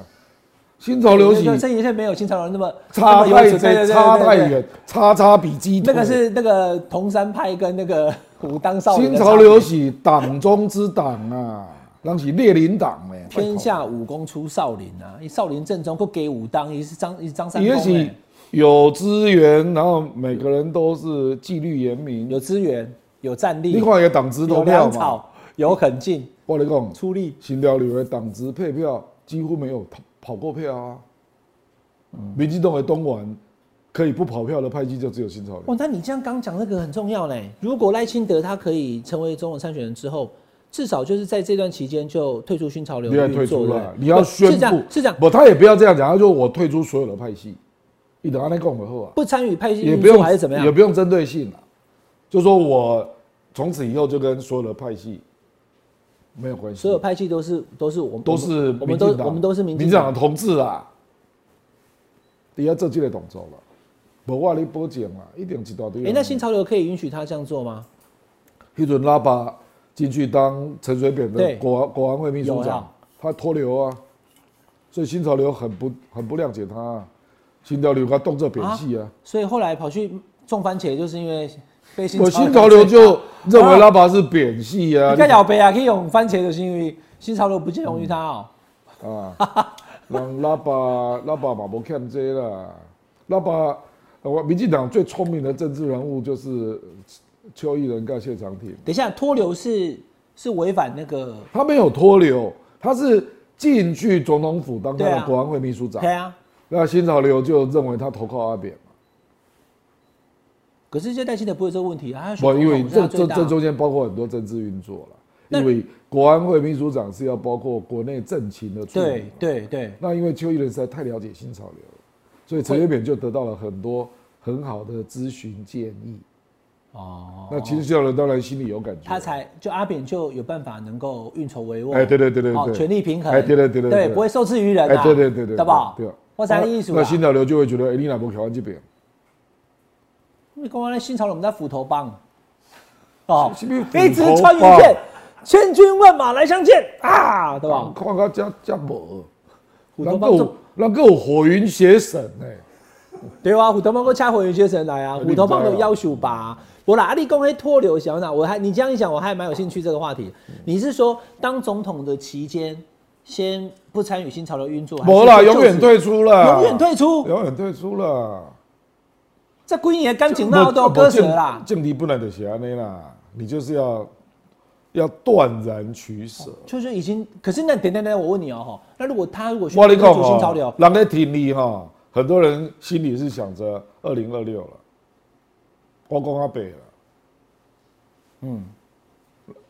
Speaker 3: 新潮流
Speaker 2: 对对
Speaker 3: 行
Speaker 2: 对这一切没有新潮流那么
Speaker 3: 差
Speaker 2: 那么
Speaker 3: 太
Speaker 2: 有准对对
Speaker 3: 贼，
Speaker 2: 对
Speaker 3: 差
Speaker 2: 对
Speaker 3: 太
Speaker 2: 对
Speaker 3: 远，叉叉比鸡
Speaker 2: 那
Speaker 3: 腿。
Speaker 2: 个是那个铜山派跟那个武当少年
Speaker 3: 新
Speaker 2: 的
Speaker 3: 潮
Speaker 2: 差别
Speaker 3: 流行党中之党啊，那是列宁党嘞。
Speaker 2: 天下武功出少林啊，一少林正宗，够给武当，也是张也是张三丰、
Speaker 3: 也许
Speaker 2: 欸，
Speaker 3: 有资源，然后每个人都是纪律严明。
Speaker 2: 有资源，有战力，
Speaker 3: 另外一个党职投
Speaker 2: 有
Speaker 3: 票
Speaker 2: 粮
Speaker 3: 嘛，
Speaker 2: 草，有狠劲，
Speaker 3: 我跟你讲，
Speaker 2: 出力。
Speaker 3: 新潮流的党职配票几乎没有跑跑过票啊。
Speaker 2: 嗯
Speaker 3: 民进党的东莞可以不跑票的派系就只有新潮流。
Speaker 2: 哇，那你这样刚讲那个很重要嘞。如果赖清德他可以成为总统参选人之后，至少就是在这段期间就退出新潮流
Speaker 3: 你要
Speaker 2: 运
Speaker 3: 退出
Speaker 2: 作
Speaker 3: 了
Speaker 2: 了，。
Speaker 3: 你要
Speaker 2: 不
Speaker 3: 宣
Speaker 2: 哦是这
Speaker 3: 布
Speaker 2: 样，是这样，
Speaker 3: 不，他也不要这样讲，他就我退出所有的派系，一等安内共和后啊。
Speaker 2: 不参与派系
Speaker 3: 也
Speaker 2: 运
Speaker 3: 不
Speaker 2: 作
Speaker 3: 用
Speaker 2: 还是怎么
Speaker 3: 也
Speaker 2: 样？
Speaker 3: 不用针对性了，就说我从此以后就跟所有的派系没有关系，
Speaker 2: 所有派系都是都是我们
Speaker 3: 都是
Speaker 2: 我
Speaker 3: 民
Speaker 2: 们
Speaker 3: 进
Speaker 2: 都
Speaker 3: 党
Speaker 2: 我们都是民
Speaker 3: 民
Speaker 2: 进
Speaker 3: 进党
Speaker 2: 党
Speaker 3: 的同志啊，你要这就得懂走了，无话你保证啊，一定一大堆人。
Speaker 2: 哎、那新潮流可以允许他这样做吗？
Speaker 3: 迄阵拉巴进去当陈水扁的
Speaker 2: 对
Speaker 3: 国国安会秘书
Speaker 2: 有
Speaker 3: 长
Speaker 2: 啊，
Speaker 3: 他脱流啊，所以新潮流很不很不谅解他、啊，新潮流他动这扁戏啊
Speaker 2: 所以后来跑去种番茄，就是因为被新
Speaker 3: 我
Speaker 2: 潮
Speaker 3: 新潮流就认为
Speaker 2: 啊
Speaker 3: 拉巴是扁戏啊，
Speaker 2: 你看老北啊，可以用番茄，就是因为新潮流不见容于他哦、
Speaker 3: 啊，人拉巴拉巴嘛无欠这啦，拉巴呃我民进党最聪明的政治人物就是邱毅人跟谢长廷，
Speaker 2: 等一下，脱流是是违反那个
Speaker 3: 他没有脱流，他是进去总统府当他
Speaker 2: 对
Speaker 3: 的
Speaker 2: 啊
Speaker 3: 国安会秘书长
Speaker 2: 对，啊。
Speaker 3: 那新潮流就认为他投靠阿扁嘛，
Speaker 2: 可是现在赖清德不会有这个问题啊，他选
Speaker 3: 不，
Speaker 2: 总
Speaker 3: 因为
Speaker 2: 统是
Speaker 3: 这
Speaker 2: 他最
Speaker 3: 这
Speaker 2: 大
Speaker 3: 这中间包括很多政治运作了，
Speaker 2: 那
Speaker 3: 因为国安会秘书长是要包括国内政情的处理
Speaker 2: 对对对，
Speaker 3: 那因为邱毅人实在太了解新潮流了，所以陈水扁就得到了很多很好的咨询建议。
Speaker 2: 哦，
Speaker 3: 那其实新潮流当然心里有感觉，
Speaker 2: 他才就阿扁就有办法能够运筹帷幄，
Speaker 3: 哎对对对对
Speaker 2: 哦，
Speaker 3: 对
Speaker 2: 权力平衡，
Speaker 3: 哎对对对对对
Speaker 2: 对，不会受制于人
Speaker 3: 哎
Speaker 2: 啊，
Speaker 3: 对对对对，
Speaker 2: 对吧？
Speaker 3: 对啊，
Speaker 2: 我才艺术
Speaker 3: 那
Speaker 2: 啊
Speaker 3: 那，新潮流就会觉得，哎，你哪不台湾这边？
Speaker 2: 你刚刚那新潮流我们在斧头帮，哦，
Speaker 3: 是不是斧头帮
Speaker 2: 一直穿云箭，千军万马来相见啊，对吧？
Speaker 3: 哦看到这这无，
Speaker 2: 虎
Speaker 3: 能
Speaker 2: 头帮
Speaker 3: 够
Speaker 2: 做
Speaker 3: 能够火云邪神哎，
Speaker 2: 对啊，虎头帮给我掐回云学神来啊，
Speaker 3: 你不
Speaker 2: 虎头帮
Speaker 3: 知道
Speaker 2: 有要求吧？我啦，阿力公开脱流小哪？我还你这样一讲，我还蛮有兴趣这个话题。你是说当总统的期间，先不参与新潮流运作，还是
Speaker 3: 没啦，
Speaker 2: 就
Speaker 3: 永远
Speaker 2: 此，
Speaker 3: 退出了，
Speaker 2: 永远，退出？
Speaker 3: 永远退出啊了。
Speaker 2: 这归你的钢琴那都要割舌啦。
Speaker 3: 政敌不能的是安尼啦，你就是要要断然取舍。
Speaker 2: 就是已经，可是那等等等，我问你哦、吼那如果他如果宣
Speaker 3: 我跟
Speaker 2: 布
Speaker 3: 你讲
Speaker 2: 退出新潮
Speaker 3: 哦
Speaker 2: 流，，
Speaker 3: 人在挺你哈，很多人心里是想着二零二六了，我讲阿北了，嗯，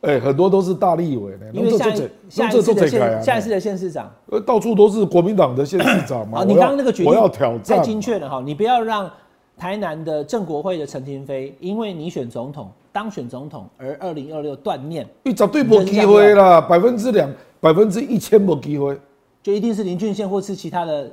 Speaker 3: 哎、很多都是大立委呢，
Speaker 2: 因为下
Speaker 3: 弄
Speaker 2: 一
Speaker 3: 这
Speaker 2: 下一
Speaker 3: 做
Speaker 2: 次
Speaker 3: 这
Speaker 2: 的
Speaker 3: 改
Speaker 2: 县，
Speaker 3: 啊
Speaker 2: 下一次的县市长，
Speaker 3: 呃到处都是国民党的县市长嘛，
Speaker 2: 啊，你
Speaker 3: 我要
Speaker 2: 刚刚那个决定
Speaker 3: 我要挑战
Speaker 2: 太
Speaker 3: 嘛，
Speaker 2: 精确了哈，你不要让台南的郑国会的陈廷飞，因为你选总统当选总统而二零二六断念，
Speaker 3: 你绝对没机会啦，百分之两、百分之一千没机会。
Speaker 2: 就一定是林俊宪或是其他的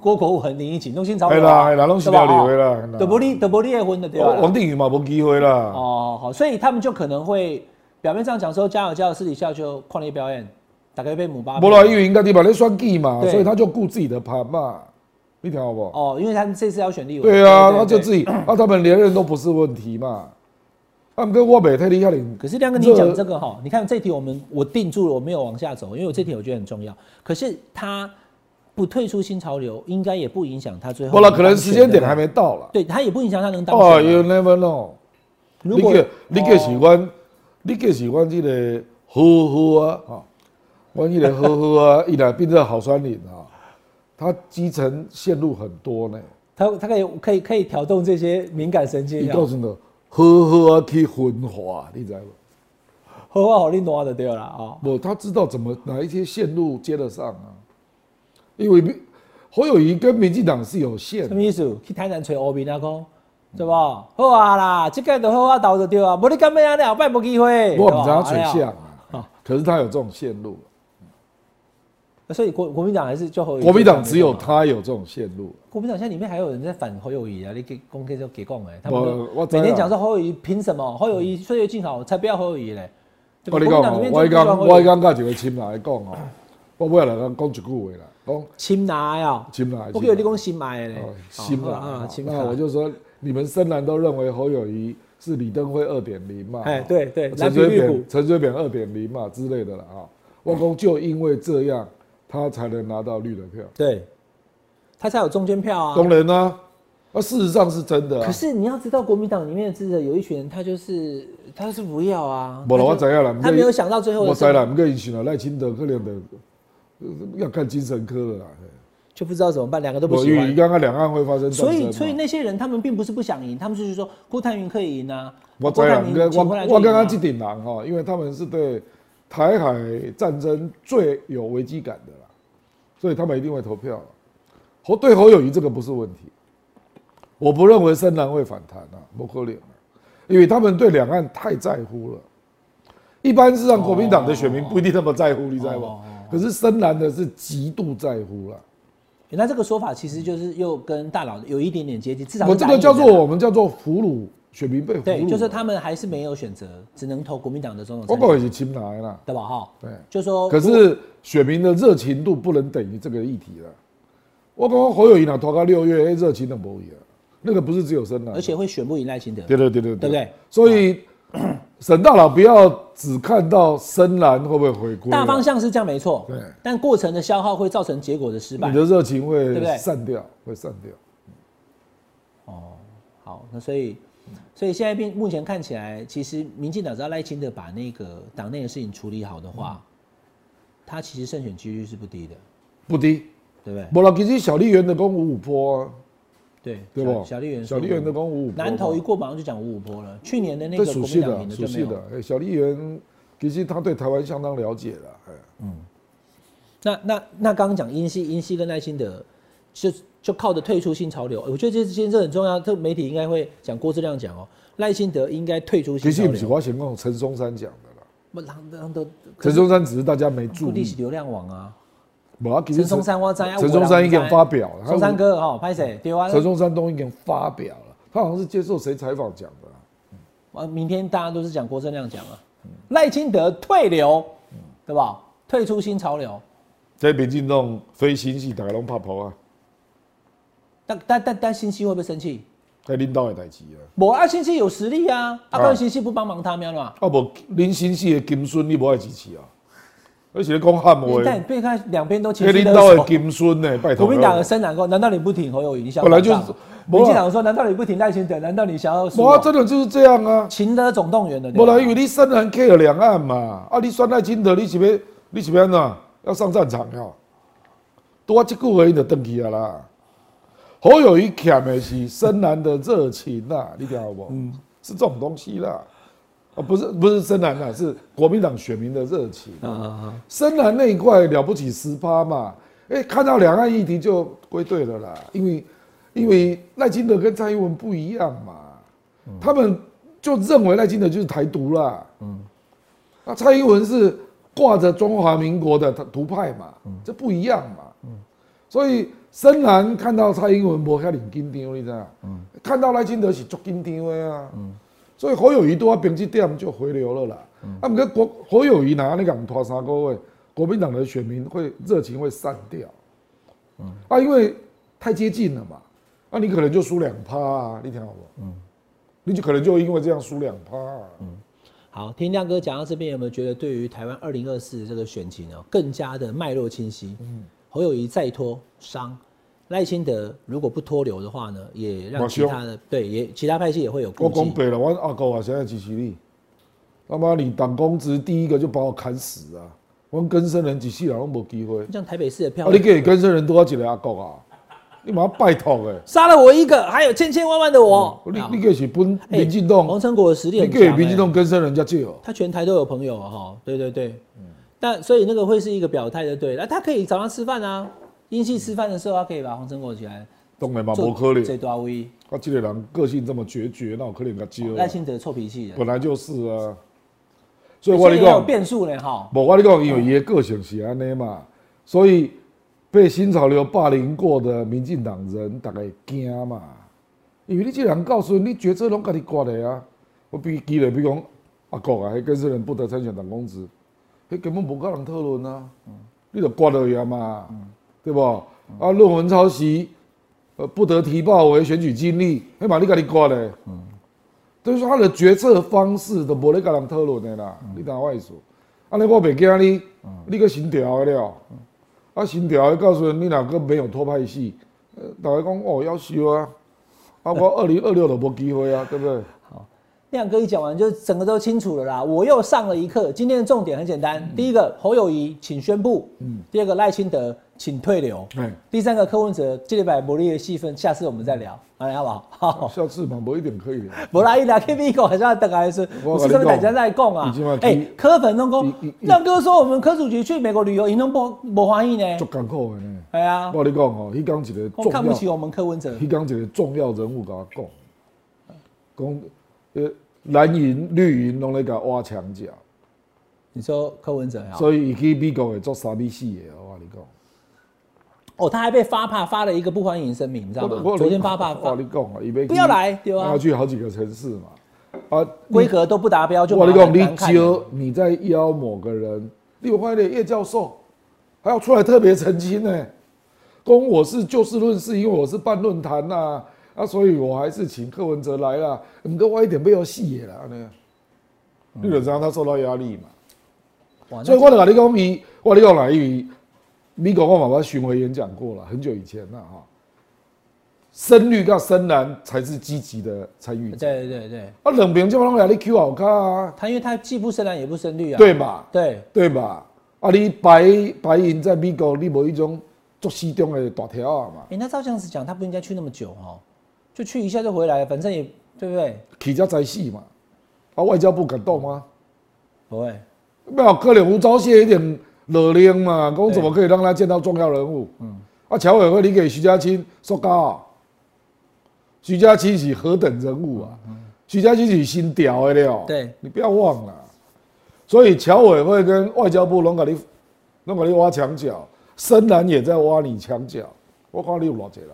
Speaker 2: 郭国文、林一锦、弄新潮
Speaker 3: 哎
Speaker 2: 流
Speaker 3: 啦
Speaker 2: 啊，
Speaker 3: 哎啦，拢是廖李维啦，
Speaker 2: 德伯利德伯利婚的对吧？
Speaker 3: 王定宇嘛没机会啦，
Speaker 2: 哦，好，所以他们就可能会表面上讲说加油加油，私底下就矿力表演，大概被姆巴。
Speaker 3: 无啦，因为应该你把那算计嘛，
Speaker 2: 对
Speaker 3: 所以他就顾自己的盘嘛，你听好不好？
Speaker 2: 哦，因为他们这次要选立委，
Speaker 3: 对啊，
Speaker 2: 对
Speaker 3: 他就自。
Speaker 2: 对
Speaker 3: 己，啊，他们连任都不是问题嘛。啊他们跟沃北特利亚领，
Speaker 2: 可是亮哥，你讲这个哈，你看这题我们我定住了，我没有往下走，因为我这题我觉得很重要。可是他不退出新潮流，应该也不影响他最后。
Speaker 3: 不了，可能时间点还，没到了。
Speaker 2: 对他也不影响他能当
Speaker 3: 哦
Speaker 2: 选
Speaker 3: ，You
Speaker 2: 啊。
Speaker 3: never know。
Speaker 2: 如
Speaker 3: 你
Speaker 2: 果
Speaker 3: 个你个喜
Speaker 2: 哦
Speaker 3: 欢，你个喜欢这个呵呵啊，哈，万一个呵呵 啊，一来变成好酸岭啊，它基层线路很多呢。
Speaker 2: 他他可以可以可以调动这些敏感神经
Speaker 3: 你
Speaker 2: 啊，
Speaker 3: 告诉你，呵呵啊去混华，你知道吗？
Speaker 2: 荷花好利挪的对了啊。
Speaker 3: 我他知道怎么哪一些线路接得上啊，因为民侯友谊跟民进党是有线
Speaker 2: 什么，意思？去台南找欧面啊，讲对不？好啊啦，这个就好啊，投就对啊，无你干咩啊？你后摆无机会。
Speaker 3: 我们
Speaker 2: 对
Speaker 3: 道
Speaker 2: 吧哎
Speaker 3: 他垂
Speaker 2: 这
Speaker 3: 向
Speaker 2: 样
Speaker 3: 啊，可是他有这种线路，
Speaker 2: 所以国国民党还是就侯友宜
Speaker 3: 国民党只有
Speaker 2: 嘛。
Speaker 3: 他有这种线路，
Speaker 2: 国民党现在里面还有人在反侯友谊啊！你给公开就给供哎，他们
Speaker 3: 我
Speaker 2: 都
Speaker 3: 我知道嗯
Speaker 2: 每天讲说侯友谊凭什么？侯友谊岁月静好，才不要侯友谊嘞！对吧
Speaker 3: 我跟你
Speaker 2: 国
Speaker 3: 讲
Speaker 2: 民党里
Speaker 3: 哦
Speaker 2: 面，就
Speaker 3: 我
Speaker 2: 不喜欢
Speaker 3: 刚
Speaker 2: 侯友
Speaker 3: 我
Speaker 2: 宜
Speaker 3: 刚甲一个亲人来讲哦，我尾来讲一句话啦，讲
Speaker 2: 新来哦，
Speaker 3: 亲来，
Speaker 2: 我有你讲新来的
Speaker 3: 哦
Speaker 2: 嘞，
Speaker 3: 新来
Speaker 2: 好啊，
Speaker 3: 啊
Speaker 2: 新，
Speaker 3: 那我
Speaker 2: 来。
Speaker 3: 就说你们深蓝都认为侯友谊是李登辉二点零嘛，
Speaker 2: 哎
Speaker 3: 哦
Speaker 2: 对对
Speaker 3: 陈
Speaker 2: 蓝皮
Speaker 3: 水
Speaker 2: 绿
Speaker 3: 扁
Speaker 2: 股
Speaker 3: 陈水扁二点零嘛之类的了啊，我公就因为这样，他才能拿到绿的票，
Speaker 2: 对，他才有中间票啊。
Speaker 3: 当然啦，那事实上是真的啊
Speaker 2: 可，是你要知道，国民党里面的支持者有一群人，他就是他就是不要啊，
Speaker 3: 没了
Speaker 2: 他就
Speaker 3: 我知道了
Speaker 2: 他没有想到最后
Speaker 3: 我
Speaker 2: 的
Speaker 3: 知道
Speaker 2: 时候，
Speaker 3: 啦，不过以前啊赖清德可怜的，呃要看精神科了啦，
Speaker 2: 就不知道怎么办，两个都不
Speaker 3: 我
Speaker 2: 喜
Speaker 3: 因为
Speaker 2: 欢。
Speaker 3: 刚刚两岸会发生战争
Speaker 2: 所
Speaker 3: 嘛，
Speaker 2: 以，所以那些人他们并不是不想赢，他们就是说郭台铭可以赢啊，
Speaker 3: 我知
Speaker 2: 郭
Speaker 3: 啦
Speaker 2: 台，
Speaker 3: 不过
Speaker 2: 铭请回来
Speaker 3: 我我
Speaker 2: 就赢
Speaker 3: 刚
Speaker 2: 啊
Speaker 3: 刚这点人哈，因为他们是对台海战争最有危机感的啦，所以他们一定会投票啦。侯对侯友谊这个不是问题，我不认为深蓝会反弹啊，不可能啊，因为他们对两岸太在乎了。一般是让国民党的选
Speaker 2: 哦
Speaker 3: 民不一定那么在乎，你知道吗？可是深蓝的是极度在乎了。
Speaker 2: 欸那这个说法其实就是又跟大佬有一点点接近，至少
Speaker 3: 我
Speaker 2: 是
Speaker 3: 这
Speaker 2: 蓝
Speaker 3: 个
Speaker 2: 营
Speaker 3: 叫
Speaker 2: 的
Speaker 3: 做
Speaker 2: 啦
Speaker 3: 我啊们叫做俘虏，选民被俘虏
Speaker 2: 啊对，
Speaker 3: 了。
Speaker 2: 就是他们还是没有选择，只能投国民党的总统
Speaker 3: 我
Speaker 2: 参
Speaker 3: 告
Speaker 2: 选，
Speaker 3: 也是亲来啦。
Speaker 2: 对吧？哈，
Speaker 3: 对
Speaker 2: 就说
Speaker 3: 可是选民的热情度不能等于这个议题了。我刚刚侯友谊呢，投到六月，哎，热情的不一样，那个不是只有深蓝，
Speaker 2: 而且会选不赢赖清德，
Speaker 3: 对对对对
Speaker 2: 对不对？
Speaker 3: 所以沈大佬不要只看到深蓝会不会回归啊，
Speaker 2: 大方向是这样没错，
Speaker 3: 对
Speaker 2: 但过程的消耗会造成结果的失败
Speaker 3: 你。的热情
Speaker 2: 对
Speaker 3: 会
Speaker 2: 不对
Speaker 3: 散掉，会散掉。
Speaker 2: 好，那所以，所以现在并目前看起来，其实民进党只要赖清德把那个党内的事情处理好的
Speaker 3: 嗯
Speaker 2: 话，他其实胜选几率是不低的，
Speaker 3: 不低，
Speaker 2: 对不对？
Speaker 3: 不啦，其实小丽园的攻五五坡啊，
Speaker 2: 对，
Speaker 3: 对
Speaker 2: 小
Speaker 3: 不？
Speaker 2: 小丽园
Speaker 3: 小
Speaker 2: 说
Speaker 3: 丽园的攻五五坡嘛，
Speaker 2: 南投一过，马上就讲五五波了。去年的那
Speaker 3: 这
Speaker 2: 个
Speaker 3: 属
Speaker 2: 国
Speaker 3: 系
Speaker 2: 民
Speaker 3: 的
Speaker 2: 党
Speaker 3: 啊
Speaker 2: 赢，的
Speaker 3: 属
Speaker 2: 就没
Speaker 3: 系
Speaker 2: 有
Speaker 3: 的。。哎，小丽园其实他对台湾相当了解了，哎，
Speaker 2: 那那那刚刚讲英系，英系跟赖清德就就靠着退出新潮流，我觉得这这这很重要。这媒体应该会讲郭志亮讲哦，赖清德应该退出
Speaker 3: 其
Speaker 2: 新
Speaker 3: 实
Speaker 2: 潮
Speaker 3: 不是
Speaker 2: 流。
Speaker 3: 我想讲陈松山讲的啦。
Speaker 2: 不，让让都
Speaker 3: 陈松山只是大家没注
Speaker 2: 固定
Speaker 3: 意
Speaker 2: 是，流量网啊。
Speaker 3: 马其实
Speaker 2: 陈松山我知道，
Speaker 3: 陈松山已经发表了，
Speaker 2: 松山哥哈，拍谁？对啊
Speaker 3: 他，陈松山都已经发表了，他好像是接受谁采访讲的啊、
Speaker 2: 啊，明天大家都是讲郭正亮讲啊，赖清德退流，
Speaker 3: 嗯
Speaker 2: 对吧？退出新潮流。
Speaker 3: 在民进党非新系大家拢拍破啊，
Speaker 2: 但但但但新希会不会生气？
Speaker 3: 在领导的代志啊。
Speaker 2: 某啊，新希有实力啊，
Speaker 3: 啊
Speaker 2: 啊，关新希不帮忙他们了。
Speaker 3: 啊无，恁新系的金孙你无爱支持啊？而且讲汉话，
Speaker 2: 你但你别看两边都情
Speaker 3: 迄
Speaker 2: 绪
Speaker 3: 领
Speaker 2: 勒
Speaker 3: 导的
Speaker 2: 索，
Speaker 3: 金孙呢、拜托。
Speaker 2: 国民党的生产过，难道你不挺侯友宜？你想
Speaker 3: 本来就是
Speaker 2: 打仗
Speaker 3: 没
Speaker 2: 民
Speaker 3: 有啊
Speaker 2: 进党说，难道你不挺赖清德？难道你想要输
Speaker 3: 我
Speaker 2: 啊？
Speaker 3: 真的就是这样啊。
Speaker 2: 情勒总动员的，
Speaker 3: 无
Speaker 2: 对吧
Speaker 3: 啦，因为你深蓝 care 两岸嘛，啊，你选赖清德，你是要你是要安怎？要上战场了。拄啊，即句话伊就登去啊啦。侯友谊欠的是深蓝的热情呐、你听好无？嗯，是这种东西啦。啊，不是不是深蓝啦，是国民党选民的热情。
Speaker 2: 啊啊啊！
Speaker 3: 深蓝那一块了不起十趴嘛，哎、看到两岸议题就归队了啦，因为因为赖清德跟蔡英文不一样嘛，他们就认为赖清德就是台独啦，嗯，那蔡英文是挂着中华民国的独派嘛，这不一样嘛，所以深蓝看到蔡英文无遐尔紧张，你知道？看到赖清德是足紧张的啊。所以侯友谊对我凭这点就回流了啦。啊，不过国侯友谊拿那个拖三个月，国民党的选民会热情会散掉。啊，因为太接近了嘛，啊，你可能就输两趴啊，你听好不？你就可能就因为这样输两趴啊。
Speaker 2: 好，听亮哥讲到这边，有没有觉得对于台湾二零二四这个选情哦，更加的脉络清晰？
Speaker 3: 嗯
Speaker 2: 侯友谊再拖伤，赖清德如果不脱流的话呢，也让
Speaker 3: 马
Speaker 2: 其
Speaker 3: 修
Speaker 2: 他的对也其他派系也会有顾
Speaker 3: 我讲
Speaker 2: 忌。
Speaker 3: 白了，我阿公啊，现在支持你。他妈，你党公职第一个就把我砍死啊！我跟生人一世人都没机会。
Speaker 2: 像台北市的票
Speaker 3: 啊，，你给跟生人多一个阿公啊，你马上拜托诶、
Speaker 2: 杀了我一个，还有千千万万的我。啊
Speaker 3: 哦你你给是本
Speaker 2: 哎
Speaker 3: 民进
Speaker 2: 黄
Speaker 3: 党，
Speaker 2: 成国的实力
Speaker 3: 你
Speaker 2: 很
Speaker 3: 给
Speaker 2: 强、
Speaker 3: 民进
Speaker 2: 哎
Speaker 3: 党跟生人家借哦。
Speaker 2: 他全台都有朋友哈、哦，对对对，
Speaker 3: 嗯
Speaker 2: 但所以那个会是一个表态的，对，那他可以找他吃饭啊，英系吃饭的时候，他可以把黄成国起来
Speaker 3: 当然嘛，
Speaker 2: 做
Speaker 3: 无可能
Speaker 2: 这。大威，
Speaker 3: 啊，这个人个性这么决绝，那我可能他借
Speaker 2: 赖
Speaker 3: 哦。
Speaker 2: 清德臭脾气的，
Speaker 3: 本来就是啊，所以我跟你
Speaker 2: 也有
Speaker 3: 讲，
Speaker 2: 变数嘞哈，
Speaker 3: 无我跟你讲，因为伊的个性是安尼嘛，所以被新潮流霸凌过的民进党人，大概惊嘛。因为你这人告诉你，决策拢家己决的啊。我比举例，比如讲阿国啊，迄跟这人不得参选党公职，迄根本无甲人讨论啊。你就决落去啊嘛。对不？啊，论文抄袭，呃，不得提报为选举经历，哎嘛，你跟你挂嘞，嗯，就是说他的决策方式都无咧跟人讨论的啦，你哪外说？安尼我袂惊你，你个新调的了，啊，新调的告诉你哪个没有托派系，呃，大家讲哦要修啊，啊，我二零二六都无机 会啊，对不对？
Speaker 2: 亮哥一讲完，就整个都清楚了啦。我又上了一课。今天的重点很简单：
Speaker 3: 嗯
Speaker 2: 第一个，侯友谊请宣布；第二个，赖清德请退流；
Speaker 3: 哎
Speaker 2: 第三个，柯文哲这礼拜魔力的戏份，下次我们再聊，好
Speaker 3: 嗯
Speaker 2: 嘞，好不好？ 好，
Speaker 3: 下次嘛，无一定可以啊的。
Speaker 2: 无啦，伊来 K B 讲，还是要等还是？
Speaker 3: 我
Speaker 2: 我
Speaker 3: 跟
Speaker 2: 是跟
Speaker 3: 你讲
Speaker 2: 大家在讲啊
Speaker 3: 你现在。去
Speaker 2: 哎，柯粉拢
Speaker 3: 你
Speaker 2: 讲
Speaker 3: 你，
Speaker 2: 亮哥说我们柯主席去美国旅游，伊拢不不欢喜
Speaker 3: 足
Speaker 2: 呢。
Speaker 3: 艰苦的呢。
Speaker 2: 哎呀，
Speaker 3: 我跟你讲吼，迄讲一个
Speaker 2: 我哦
Speaker 3: 重
Speaker 2: 看不
Speaker 3: 要，
Speaker 2: 起我们柯文哲。
Speaker 3: 迄讲一个重要人物甲我讲，讲呃蓝营绿营拢咧甲挖墙脚，
Speaker 2: 你说柯文哲呀？
Speaker 3: 所以伊去美国会做傻逼死的。我跟你讲，
Speaker 2: 哦，他还被发帕发了一个不欢迎声明，你知道吗
Speaker 3: 我我？
Speaker 2: 昨天发帕
Speaker 3: 我
Speaker 2: 发
Speaker 3: 跟你讲啊，伊要去
Speaker 2: 不要来对吧
Speaker 3: 他要去好几个城市嘛，啊，
Speaker 2: 规格都不达标，就
Speaker 3: 我跟你讲，
Speaker 2: 麻烦
Speaker 3: 你
Speaker 2: 难看了
Speaker 3: 揪你在邀某个人，你有发现叶教授还要出来特别澄清呢、公我是就事论事，因为我是办论坛呐，啊，所以我还是请柯文哲来啦。你跟我一点没有戏啦，那样，
Speaker 2: 嗯
Speaker 3: 你就知道他受到压力嘛。
Speaker 2: 哇，
Speaker 3: 所以
Speaker 2: 那
Speaker 3: 我就跟你讲，伊我跟你讲啦，伊美国我妈妈巡回演讲过了，很久以前了哈。深绿跟深蓝才是积极的参与者，
Speaker 2: 对对对，
Speaker 3: 啊，冷平就拢来你 Q 好看啊，
Speaker 2: 他因为他既不深蓝也不深绿啊。
Speaker 3: 对吧？
Speaker 2: 对，
Speaker 3: 对吧？啊，你白白银在美国，你无一种作西中的大条啊嘛，
Speaker 2: 哎，那照这样子讲，他不应该去那么久哦，就去一下就回来，反正也对不对？
Speaker 3: 起家才死嘛，啊，外交部敢动吗？
Speaker 2: 不会，
Speaker 3: 没有，克里胡钊燮一点热脸嘛，讲怎么可以让他见到重要人物？嗯，啊，侨委会你给徐家清说高、徐家清是何等人物啊？徐家清是新屌的了，
Speaker 2: 对，
Speaker 3: 你不要忘了，所以侨委会跟外交部拢给你拢给你挖墙角，深蓝也在挖你墙角，我看你有偌济人。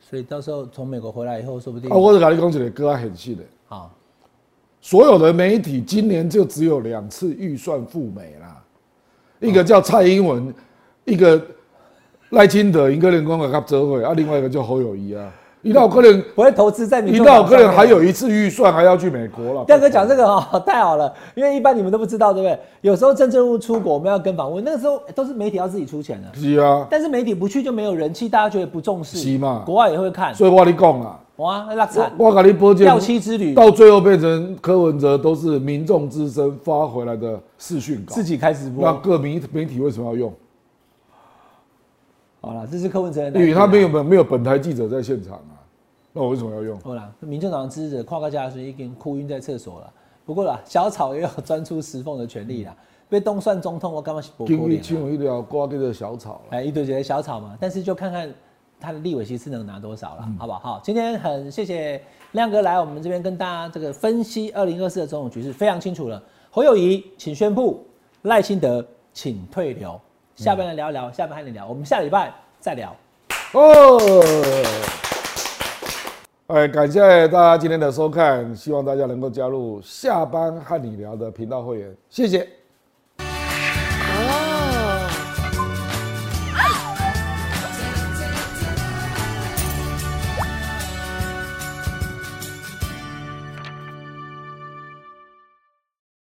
Speaker 2: 所以到时候从美国回来以后，说不定
Speaker 3: 啊，我就跟你讲一个更加现实的，
Speaker 2: 好
Speaker 3: 所有的媒体今年就只有两次预算赴美
Speaker 2: 哦
Speaker 3: 啦，一个叫蔡英文，一个赖清德，一个人光给他折回，啊，另外一个叫侯友谊啊，一道可能，
Speaker 2: 不会投资在民
Speaker 3: 一
Speaker 2: 众党
Speaker 3: 道
Speaker 2: 上
Speaker 3: 可
Speaker 2: 面。
Speaker 3: 能还有一次预算还要去美国了。
Speaker 2: 亮哥讲这个哦，太好了，因为一般你们都不知道，对不对？有时候政治人物出国，我们要跟访问，那个时候都是媒体要自己出钱的，
Speaker 3: 是啊，
Speaker 2: 但是媒体不去就没有人气，大家觉得不重视，
Speaker 3: 是嘛
Speaker 2: 国外也会看，
Speaker 3: 所以我跟你讲啦，
Speaker 2: 哇，那惨，
Speaker 3: 我我跟你保证，
Speaker 2: 掉漆之旅
Speaker 3: 到最后变成柯文哲都是民众之声发回来的视讯稿
Speaker 2: 自，己开直播
Speaker 3: 那，各媒媒体为什么要用？
Speaker 2: 好了，这是柯文哲的难
Speaker 3: 因
Speaker 2: 题
Speaker 3: 为
Speaker 2: 啊，
Speaker 3: 他没有本没有本台记者在现场啊，那我为什么要用？
Speaker 2: 好啦，民进党的支持者跨过家的时候已经哭晕在厕所了。不过啦，小草也有钻出石缝的权利啦。被东算总统，我干嘛是不
Speaker 3: 因
Speaker 2: 哭
Speaker 3: 为
Speaker 2: 脸
Speaker 3: 清
Speaker 2: 啊？
Speaker 3: 有一条瓜给的小草了。
Speaker 2: 哎，一堆觉得小草嘛，但是就看看他的立委席次能拿多少了，好不好？好，今天很谢谢亮哥来我们这边跟大家这个分析二零二四的总统局势非常清楚了。侯友谊请宣布，赖清德请退流。下半来聊一聊，下半还得聊，我们下礼拜再聊。
Speaker 3: 哦，哎，感谢大家今天的收看，希望大家能够加入下班和你聊的频道会员，谢谢。